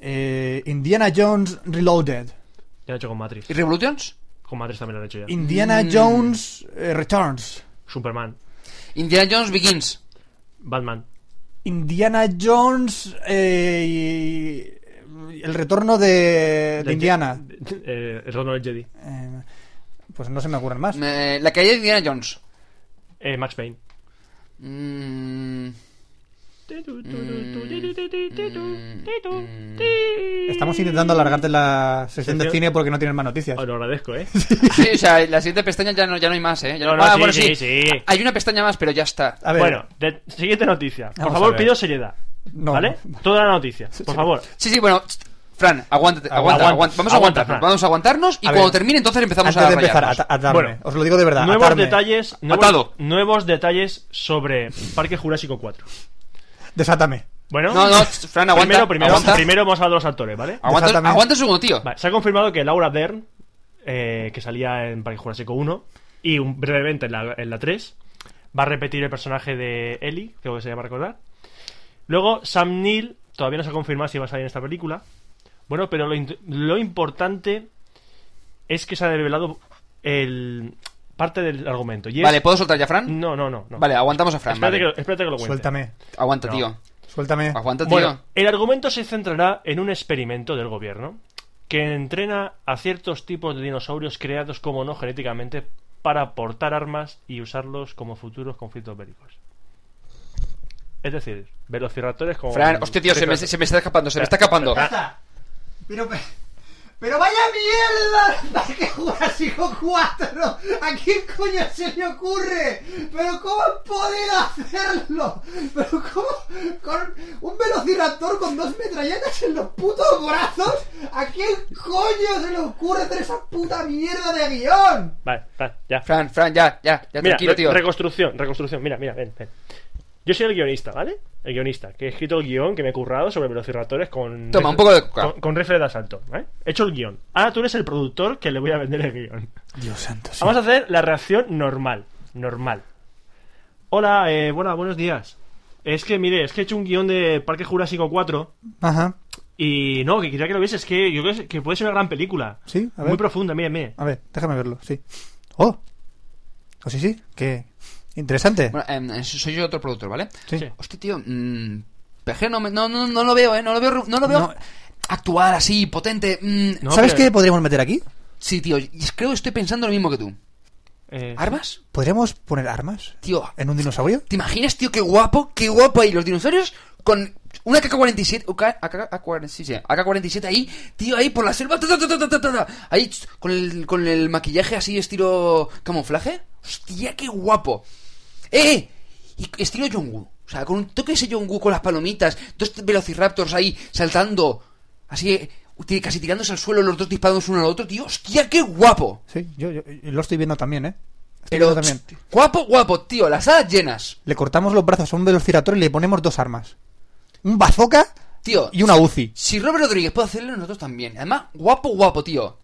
Eh, Indiana Jones Reloaded.
Ya lo he hecho con Matrix.
¿Y Revolutions?
Con Matrix también lo he hecho ya.
Mm.
Indiana Jones eh, Returns.
Superman,
Indiana Jones Begins.
Batman,
Indiana Jones eh, y- y el retorno de, de
De-
Indiana.
eh, el retorno del Jedi,
Eh, pues no se me ocurren más.
Eh, la caída de Indiana Jones.
eh, Max Payne.
Mm,
Mm,
Estamos intentando alargarte la sesión de
Sesión-
cine porque no tienes más noticias.
Os lo agradezco, ¿eh?
sí, o sea, la siguiente pestaña ya no, ya no hay más, ¿eh? Ya
No, no,
ah,
sí,
bueno,
sí, sí.
Hay una pestaña más, pero ya está.
A ver,
Bueno, de- siguiente noticia. Por
Vamos a
favor,
ver.
pido seriedad.
No.
¿Vale? Toda la noticia. Por favor.
Sí, sí, bueno. tst, Fran, aguántate, aguanta,
Aguanta,
aguanta. Vamos a
aguanta,
aguantarnos,
Fran.
vamos a aguantarnos y
A ver,
cuando termine entonces empezamos
antes
a
de empezar,
rayarnos.
ata- atarme.
Bueno,
os lo digo de verdad.
nuevos
atarme.
detalles. Nuevos,
Atado.
nuevos detalles sobre Parque Jurásico 4.
Desátame.
Bueno,
No, no, Fran, aguanta,
primero, primero,
aguanta.
primero vamos a hablar de los actores, ¿vale?
Aguanta,
Exactamente.
aguanta un segundo, tío.
Vale, se ha confirmado que Laura Dern, eh, que salía en Parque Jurásico 1 y un, brevemente en la, en la 3, va a repetir el personaje de Ellie, creo que se llama recordar. Luego, Sam Neill, todavía no se ha confirmado si va a salir en esta película. Bueno, pero lo, int- lo importante es que se ha revelado el parte del argumento. Y es-
Vale, ¿puedo soltar ya, Fran?
No, no, no. no.
Vale, aguantamos a Fran.
espérate,
vale.
Que, espérate que lo cuente.
Suéltame.
Aguanta,
No.
tío.
Suéltame.
Aguanta, tío.
Bueno, el argumento se centrará en un experimento del gobierno que entrena a ciertos tipos de dinosaurios creados como no genéticamente para portar armas y usarlos como futuros conflictos bélicos. Es decir, velociraptores como...
Fran, hostia, tío, se me, se me está escapando, se me está escapando.
Pero, pero vaya mierda, Parque Jurásico 4. ¿A quién coño se le ocurre? Pero ¿cómo han podido hacerlo? Pero ¿cómo? Con un velociraptor con dos metralletas en los putos brazos. ¿A quién coño se le ocurre hacer esa puta mierda de guión?
Vale, vale, ya.
Fran, Fran, ya, ya, ya,
mira,
tranquilo,
re-
tío.
reconstrucción, reconstrucción. Mira, mira, ven, ven. Yo soy el guionista, ¿vale? El guionista, que he escrito el guión que me he currado sobre velociraptores con...
Toma, un poco de coca.
Con, con rifle de asalto, ¿vale? He hecho el guión. Ahora tú eres el productor que le voy a vender el guión.
Dios santo. sí.
Vamos a hacer la reacción normal. Normal. Hola, eh, bueno, buenos días. Es que, mire, es que he hecho un guión de Parque Jurásico 4
Ajá.
y no, que quería que lo viese. Es que yo creo que- que puede ser una gran película.
Sí, a ver.
Muy profunda, mire, mire.
A ver, déjame verlo, sí. ¡Oh! Oh, sí, sí, qué interesante.
Bueno, em, soy yo otro productor, ¿vale?
sí.
sí.
Hostia, tío. mm, PG no, me- no, no, no lo veo, ¿eh? No lo veo, no lo veo
No.
actuar así, potente. mm,
No,
¿Sabes
pero- eh.
qué podríamos meter aquí?
Sí, tío. y Creo que estoy pensando lo mismo que tú.
Eh,
¿Armas?
¿Podríamos poner armas
Tío.
en un dinosaurio?
¿Te imaginas, tío? Qué guapo, qué guapo ahí. Los dinosaurios con una AK-47. UK AK-47 AK-47 ahí, tío, ahí por la selva. ta, ta, ta, ta, ta, ta, ta, ta. Ahí ch, con el, con el maquillaje así, estilo camuflaje. Hostia, qué guapo. ¡Eh! eh! Y estilo John O sea, con un toque ese John con las palomitas. Dos velociraptors ahí saltando. Así, eh, ti- casi tirándose al suelo, los dos disparándose uno al otro, tío. ¡Hostia, qué guapo!
Sí, yo, yo- yo lo estoy viendo también, ¿eh? Estoy
Pero,
viendo también.
ch, guapo, guapo, tío. Las alas llenas.
Le cortamos los brazos a un velociraptor y le ponemos dos armas. Un bazooka
Tío,
y una UCI.
Si Robert Rodríguez puede hacerlo, nosotros también. Además, guapo, guapo, tío.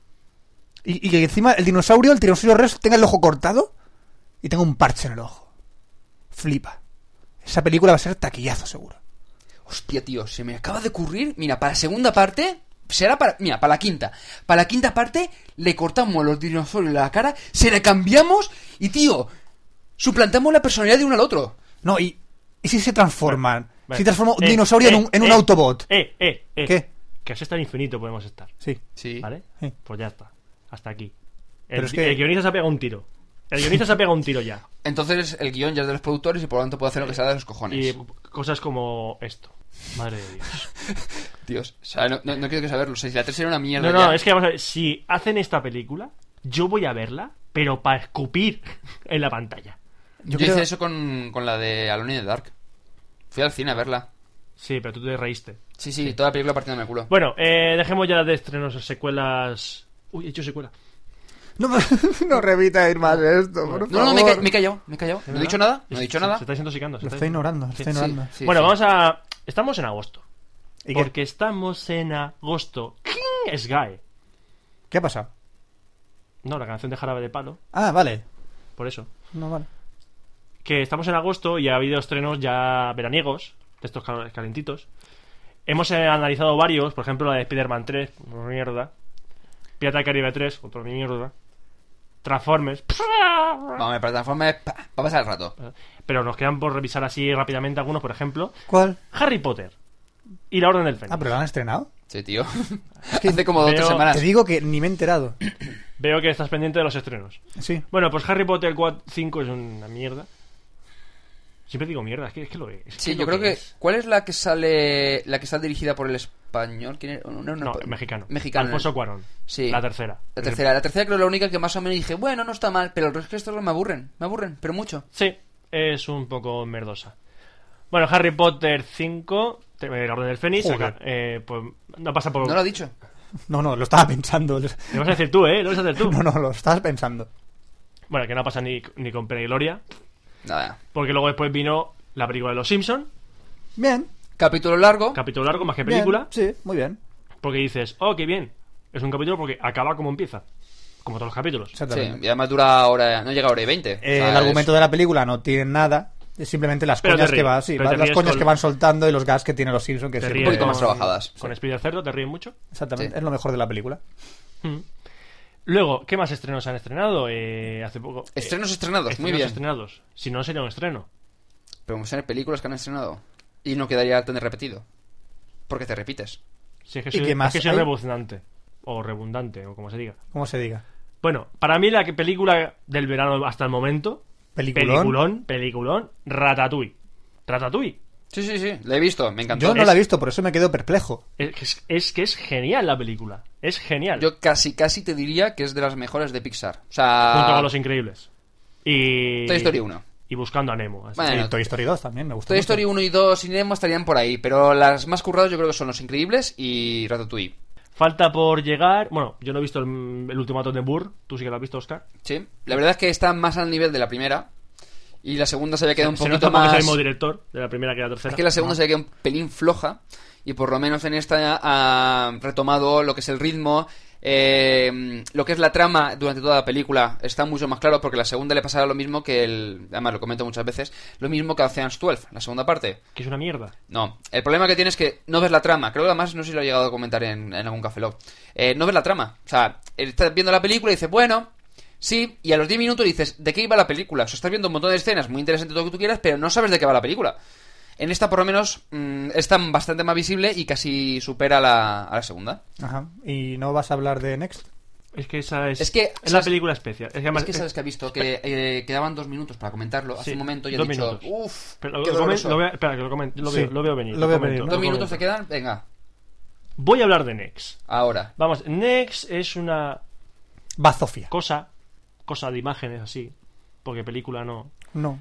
Y, y que encima el dinosaurio, el tiranosaurio rex, tenga el ojo cortado y tenga un parche en el ojo. Flipa. Esa película va a ser taquillazo, seguro.
Hostia, tío, se me acaba de ocurrir. Mira, para la segunda parte, será para. Mira, para la quinta. Para la quinta parte, le cortamos a los dinosaurios la cara, se la cambiamos y, tío, suplantamos la personalidad de uno al otro.
No, y, y si se transforman.
vale.
Si transforma un
Eh,
dinosaurio en
eh,
un, en un
eh,
Autobot.
Eh, eh, eh.
¿Qué?
Que así hasta el infinito podemos estar.
Sí.
Sí.
¿Vale?
Sí.
Pues ya está. Hasta aquí. El,
Pero es que-
el guionista se ha pegado un tiro. El guionista se ha pegado un tiro ya.
Entonces, el guión ya es de los productores y por lo tanto puede hacer lo que sea de los
Y
cojones.
cosas como esto. Madre de Dios.
Dios. O sea, no, no, no quiero que saberlo. O sea, si la 3 era una mierda.
No, no,
ya.
es que vamos a ver. Si hacen esta película, yo voy a verla, pero para escupir en la pantalla.
Yo,
creo-
hice eso con, con la de Alone in the Dark. Fui al cine a verla.
Sí, pero tú te reíste.
Sí, sí, toda la película partiendo el culo.
Bueno, eh, dejemos ya de estrenos secuelas. Uy, he hecho secuela.
No, no repita ir más esto, por
No, no, me, he
favor.
ca- me he callado, me he callado. No he dicho nada, no he dicho
Se-
nada.
Se está intoxicando. se
Lo
está-
estoy ignorando, lo estoy
Sí,
ignorando.
sí,
bueno,
sí.
vamos a. Estamos en agosto.
¿Y qué,
porque estamos en agosto. ¿Quién es Gae?
qué ha pasado?
No, la canción de Jarabe de Palo,
Ah, vale.
por eso.
No, vale.
Que estamos en agosto y ha habido estrenos ya veraniegos, de estos cal- calentitos. Hemos eh, analizado varios, por ejemplo, la de Spider-Man 3, una mierda. Pirata del Caribe 3, otra mierda. Transformers.
Vamos, me plataforma es pa- va a pasar el rato.
Pero nos quedan por revisar así rápidamente algunos, por ejemplo.
¿Cuál?
Harry Potter y la Orden del
Ah,
Fénix.
pero lo han estrenado.
Sí, tío. Hace como dos o tres
Veo-
semanas.
Te digo que ni me he enterado.
Veo que estás pendiente de los estrenos.
Sí.
Bueno, pues Harry Potter 4, 5 es una mierda. Siempre digo mierda, es que, es que lo es. es
Sí,
lo
yo creo que.
es.
¿Cuál es la que sale. La que está dirigida por el español? ¿Quién era? No, no,
No,
pa-
mexicano.
Mexicano.
Alfonso Cuarón.
Sí.
La tercera.
La tercera. La tercera creo que la única que más o menos dije, bueno, no está mal, pero el resto de estos me aburren. Me aburren, pero mucho.
Sí, es un poco merdosa. Bueno, Harry Potter 5, te- eh, la Orden del Fénix.
Joder.
acá, eh, pues no pasa por.
No lo ha dicho.
No, no, lo estaba pensando.
Lo vas a decir tú, ¿eh? Lo vas a hacer tú.
No, no, lo estabas pensando.
Bueno, que no pasa ni, ni con pena y gloria.
Nada.
Porque luego después vino la película de los Simpson
Bien.
Capítulo largo.
capítulo largo más que
bien,
película.
Sí, muy bien.
Porque dices, oh, qué bien. Es un capítulo porque acaba como empieza. Como todos los capítulos.
sí,
Exactamente.
y además dura hora. No llega a hora y veinte.
Eh, el argumento de la película no tiene nada. Es simplemente las
Pero te
coñas,
ríes,
que, va, sí,
pero
va-
te
las
ríes
coñas
con-
que van soltando y los gas que tienen los Simpsons. Que
Te
sí,
ríes
un poquito
con-
más trabajadas.
Con Spider Cerdo te ríen mucho.
Exactamente,
Sí.
es lo mejor de la película.
Luego, ¿qué más estrenos han estrenado? Eh, hace poco. eh,
Estrenos estrenados,
estrenos
muy bien.
estrenados. Si no, sería un estreno.
Promociones películas que han estrenado. Y no quedaría tan de repetido. Porque te repites.
Si es que
¿Y
soy,
qué más
es que soy
hay?
rebuzante. O redundante, o como se diga.
¿Cómo se diga?
Bueno, para mí la que- película del verano hasta el momento.
Peliculón.
Peliculón, peliculón, Ratatouille. Ratatouille.
Sí, sí, sí. La he visto, me encantó.
Yo no
Es-
la he visto, por eso me quedo perplejo.
Es, que es- es que es genial la película. Es genial.
Yo casi, casi te diría que es de las mejores de Pixar. O
Junto
sea,
con Los Increíbles. Y.
ah, Toy Story 1.
Y buscando a Nemo. así.
Bueno,
Y Toy Story 2 también, me gustó.
Toy
mucho.
Story 1 y 2 y Nemo estarían por ahí, pero las más curradas yo creo que son Los Increíbles y Ratatouille.
Falta por llegar. Bueno, yo no he visto el, el último Atón de Burr. Tú sí que lo has visto, Oscar.
Sí. La verdad es que está más al nivel de la primera y la segunda se había quedado un
Se
poquito
nota porque es
más...
el mismo director de la primera que la tercera. Ah,
Es que la segunda se había quedado un pelín floja y por lo menos en esta ha retomado lo que es el ritmo, Eh, lo que es la trama durante toda la película está mucho más claro porque la segunda le pasará lo mismo que el. Además, lo comento muchas veces. Lo mismo que Ocean's 12, la segunda parte.
Que es una mierda.
No, el problema que tienes es que no ves la trama. Creo que además no sé si lo he llegado a comentar en, en algún café Lock. Eh, no ves la trama. O sea, estás viendo la película y dices, bueno, sí, y a los 10 minutos dices, ¿de qué iba la película? O sea, estás viendo un montón de escenas, muy interesante todo lo que tú quieras, pero no sabes de qué va la película. En esta, por lo menos, mm, es tan bastante más visible y casi supera la- a la segunda.
Ajá. ¿Y no vas a hablar de Next?
Es que esa es.
Es que,
es la
¿sabes?
película especial. Es que además.
es que sabes que ha visto que eh, quedaban dos minutos para comentarlo hace
Sí,
un momento y ha
dos
dicho,
minutos.
uff,
Pero lo, lo comen- lo veo, espera, que lo, comen- lo,
Sí.
veo, lo veo venir.
Lo veo
comento,
venir, ¿no?
lo
Dos minutos
comento.
te quedan, venga,
Voy a hablar de Nex.
ahora.
Vamos, Nex es una
Bazofia.
cosa, cosa de imágenes así, porque película no.
No.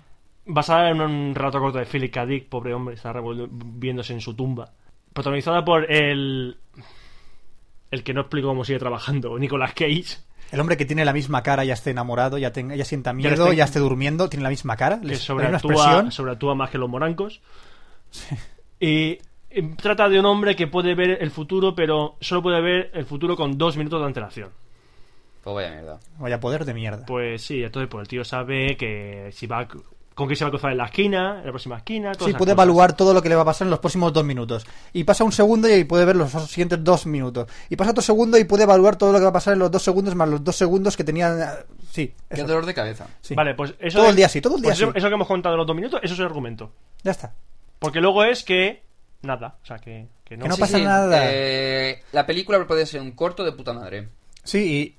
Basada en un rato corto de Philip K. Dick, pobre hombre, está revolviéndose en su tumba. Protagonizada por el. El que no explico cómo sigue trabajando, Nicolas Cage.
El hombre que tiene la misma cara, ya esté enamorado, ya, tenga- ya sienta
le
miedo,
esté-
ya esté durmiendo, tiene la misma cara.
que
les- hay una
sobreactúa,
expresión.
sobreactúa más que los morancos. Y y trata de un hombre que puede ver el futuro, pero solo puede ver el futuro con dos minutos de antelación.
Pues vaya mierda.
Vaya poder de mierda.
Pues sí, entonces pues el tío sabe que si va a cru- con quién se va a cruzar en la esquina, en la próxima esquina, todas
Sí,
esas
puede
cosas.
evaluar todo lo que le va a pasar en los próximos dos minutos. Y pasa un segundo y puede ver los siguientes dos minutos. Y pasa otro segundo y puede evaluar todo lo que va a pasar en los dos segundos más los dos segundos que tenía. eh, Sí,
Qué
eso.
dolor de cabeza.
Sí.
Vale, pues eso
Todo
de-
el día sí, todo el día
pues eso,
sí.
eso que hemos contado en los dos minutos, eso es el argumento.
Ya está.
Porque luego es que nada, o sea que, que no.
Que no pasa nada.
eh, la película puede ser un corto de puta madre.
Sí, y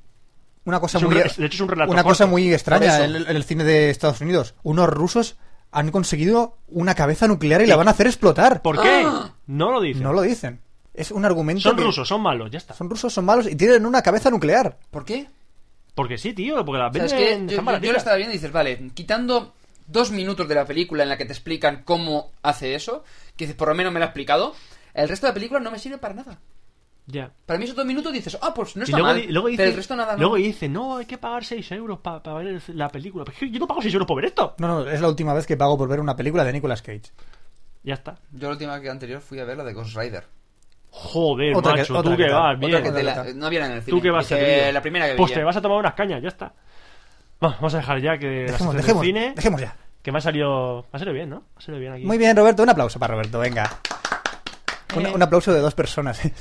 una cosa
Es un
muy
re- es- de hecho es un relato
una cosa
corto.
muy
Por
extraña
eso.
en el, en el cine de Estados Unidos. Unos rusos han conseguido una cabeza nuclear y la van a hacer explotar.
¿Por qué?
¡Ah!
No lo dicen.
No lo dicen. Es un argumento.
son
que-
rusos, son malos, ya está.
Son rusos, son malos y tienen una cabeza nuclear.
¿Por qué?
Porque sí, tío, porque las
O sea, es
venden,
que yo, yo-
están
yo lo
baratitas.
estaba viendo y dices, vale, quitando dos minutos de la película en la que te explican cómo hace eso, que dices, por lo menos me lo ha explicado, el resto de la película no me sirve para nada.
Ya.
Para mí esos dos minutos dices, ah, pues no
Y
está
luego,
mal,
di- luego dice,
pero el resto nada, no.
luego dice, no, hay que pagar 6 euros para ver el- la película. Pero es que yo no pago 6 euros por ver esto.
No, no, es la última vez que pago por ver una película de Nicolas Cage.
Ya está.
Yo la última que anterior fui a ver la de Ghost Rider.
Joder,
Otra que-
macho,
otra
tú
que
que
tal,
vas
otra
bien.
Otra que te la-
Otra.
no había en el cine.
Tú que vas a
Dije,
hacer?
La primera que vi. eh.
Pues te vas a tomar unas cañas, ya está. Va, Vamos a dejar ya que las
Dejemos,
del
dejemos,
cine,
dejemos ya.
que me ha salido, me ha salido bien, ¿no? Me ha salido bien aquí.
Muy bien, Roberto, un aplauso para Roberto, venga. Un, un aplauso de dos personas.
Eh.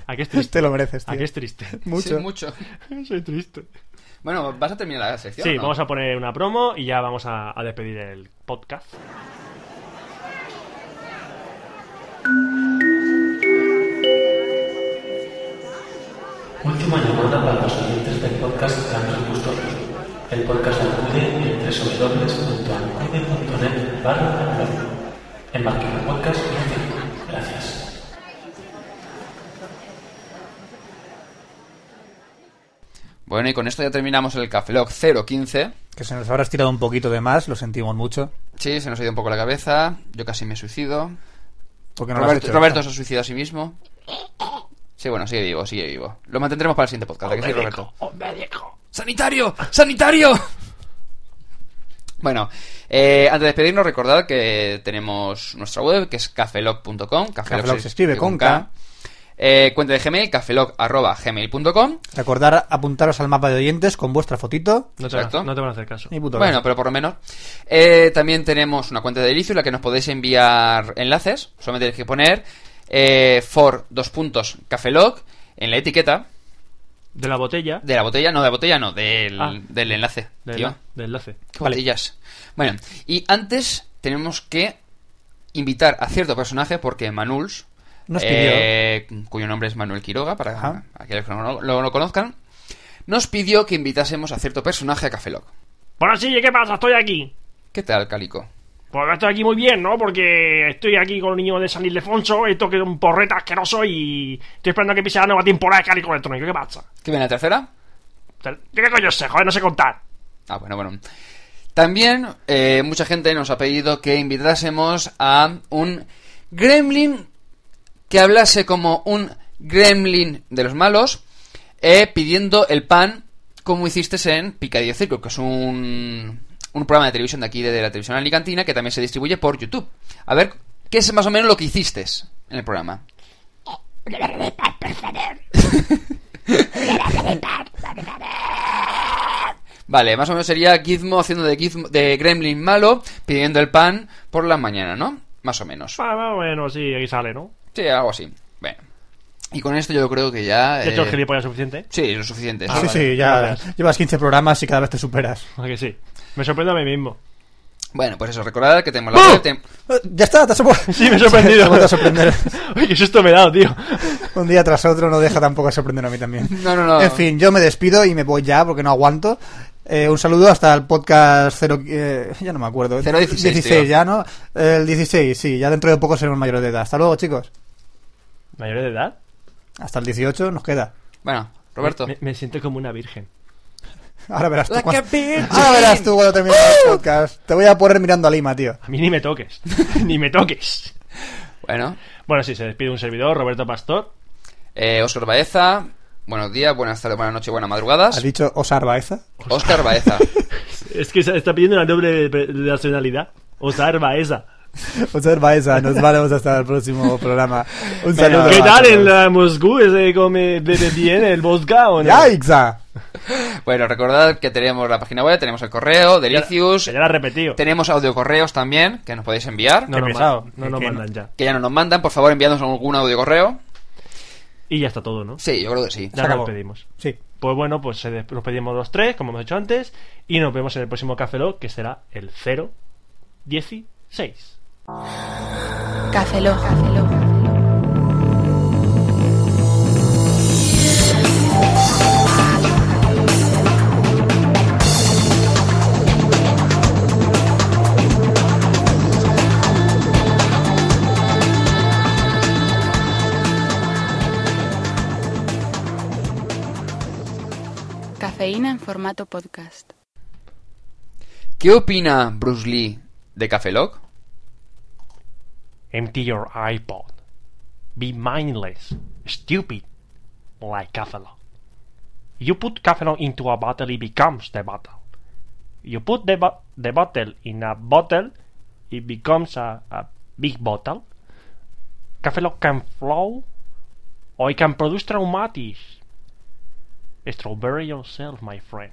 Aquí es triste.
Te Este lo mereces, tío.
Aquí es triste.
Mucho.
mucho.
Soy triste.
Bueno, vas a terminar la sección.
Sí, vamos a poner una promo y ya vamos a, a despedir el podcast.
Última llamada para los oyentes del podcast Grandes Custodes. El podcast acude en www.alcude.net barra blog. El marquero podcast y Gracias.
Bueno, y con esto ya terminamos el Café Lock 015.
Que se nos habrá estirado un poquito de más, lo sentimos mucho.
Sí, se nos ha ido un poco la cabeza. Yo casi me suicido.
Porque no lo has
Roberto,
hecho,
Roberto
¿no?
se ha suicidado a sí mismo. Sí, bueno, sigue vivo, sigue vivo. Lo mantendremos para el siguiente podcast. ¿a que sí, Roberto?
¡Un médico!
¡Sanitario! ¡Sanitario! Bueno, eh, antes de despedirnos, recordad que tenemos nuestra web, que es cafelog.com.
Cafelog se escribe con K.
Eh, cuenta de Gmail, cafelog.gmail.com.
Recordar apuntaros al mapa de oyentes con vuestra fotito.
No te, van a-
Exacto.
no te van a hacer caso.
Ni puto
Bueno,
caso.
pero por lo menos. Eh, también tenemos una cuenta de inicio en la que nos podéis enviar enlaces. Solamente tenéis que poner eh, for dos puntos cafelog en la etiqueta
De la botella,
de la botella, no de la botella, no, del,
Ah.
del enlace.
del,
tío.
del enlace.
Qué botellas. Bueno, y antes tenemos que invitar a cierto personaje porque Manuls,
Nos
eh, cuyo nombre es Manuel Quiroga, para
Ajá.
aquellos que no lo, lo- lo conozcan, nos pidió que invitásemos a cierto personaje a Cafelog.
Bueno, sí, ¿qué pasa? Estoy aquí.
¿Qué tal, Calico?
Pues estoy aquí muy bien, ¿no? Porque estoy aquí con los niños de San Ildefonso, esto que es un porreta asqueroso y estoy esperando a que empiece la nueva temporada de Cálico Electrónico. ¿Qué pasa?
¿Qué viene la tercera?
¿Qué coño sé? Joder, no sé contar.
Ah, bueno, bueno. También eh, mucha gente nos ha pedido que invitásemos a un gremlin que hablase como un gremlin de los malos, eh, pidiendo el pan como hiciste en Picadillo Circo, que es un, un programa de televisión de aquí, de, la televisión alicantina, que también se distribuye por YouTube. A ver, ¿qué es más o menos lo que hiciste en el programa? Vale, más o menos sería Gizmo haciendo de, Gizmo- de Gremlin malo, pidiendo el pan por la mañana, ¿no? Más o menos.
Ah, más o menos, sí, ahí sale, ¿no?
Sí, algo así. Bueno. Y con esto yo creo que ya...
¿Te he hecho el
eh,
gilipollas suficiente?
Sí, es lo suficiente.
Ah,
sí,
sí.
vale.
sí, ya
Gracias.
llevas 15 programas y cada vez te superas.
¿A que sí? Me sorprendo a mí mismo.
Bueno, pues eso, recordad que tenemos la
¡Oh!
web, te-
Eh, Ya está, te has sorprendido.
Sí, me he sorprendido.
Te vuelvo a sorprender.
Uy, qué susto me he dado, tío.
Un día tras otro no deja tampoco de sorprender a mí también.
No, no, no.
En fin, yo me despido y me voy ya porque no aguanto. Eh, un saludo hasta el podcast 0... eh, ya no me acuerdo.
016, tío.
ya, ¿no? El 16, sí. Ya dentro de poco seremos mayores de edad. Hasta luego, chicos.
¿Mayor de edad?
Hasta el 18 nos queda.
Bueno, Roberto.
Me, me siento como una virgen.
Ahora verás tú.
Like
cuando-
a virgin.
Ahora verás tú cuando termine el podcast. Te voy a poner mirando a Lima, tío.
A mí ni me toques. ni me toques.
Bueno,
Bueno, sí, se despide un servidor, Roberto Pastor.
eh, Oscar Baeza. Buenos días, buenas tardes, buenas noches, buenas madrugadas.
¿Has dicho Osar Baeza?
Oscar Baeza.
Es que se está pidiendo una doble pe- nacionalidad. Osar Baeza.
Osar Baeza. Nos vemos hasta el próximo programa. Un saludo.
¿Qué
a
tal eh,
todos.
en la Moscú? ¿Se come bebe bien el vodka o no?
¡Ya, Ixa!
bueno, recordad que tenemos la página web, tenemos el correo, Delicious.
Que ya la he repetido.
Tenemos audio-correos también que nos podéis enviar.
No, no,
pesado.
no, no
Que- que-
mandan ya.
Que ya no nos mandan, por favor, enviadnos algún audio-correo.
Y ya está todo, ¿no?
Sí, yo creo que sí.
Ya
Se
nos
acabó.
despedimos.
Sí.
Pues bueno, pues se des- nos pedimos los tres, como hemos hecho antes, y nos vemos en el próximo Café Lock, que será el 016.
Café Lock. Cafeína en formato podcast.
¿Qué opina Bruce Lee de Café Lock?
Empty your iPod. Be mindless, stupid, like Cafelo. You put Cafelo into a bottle, it becomes the bottle. You put the, bo- the bottle in a bottle, it becomes a, a big bottle. Cafelo can flow, or it can produce traumatics. Strawberry yourself, my friend.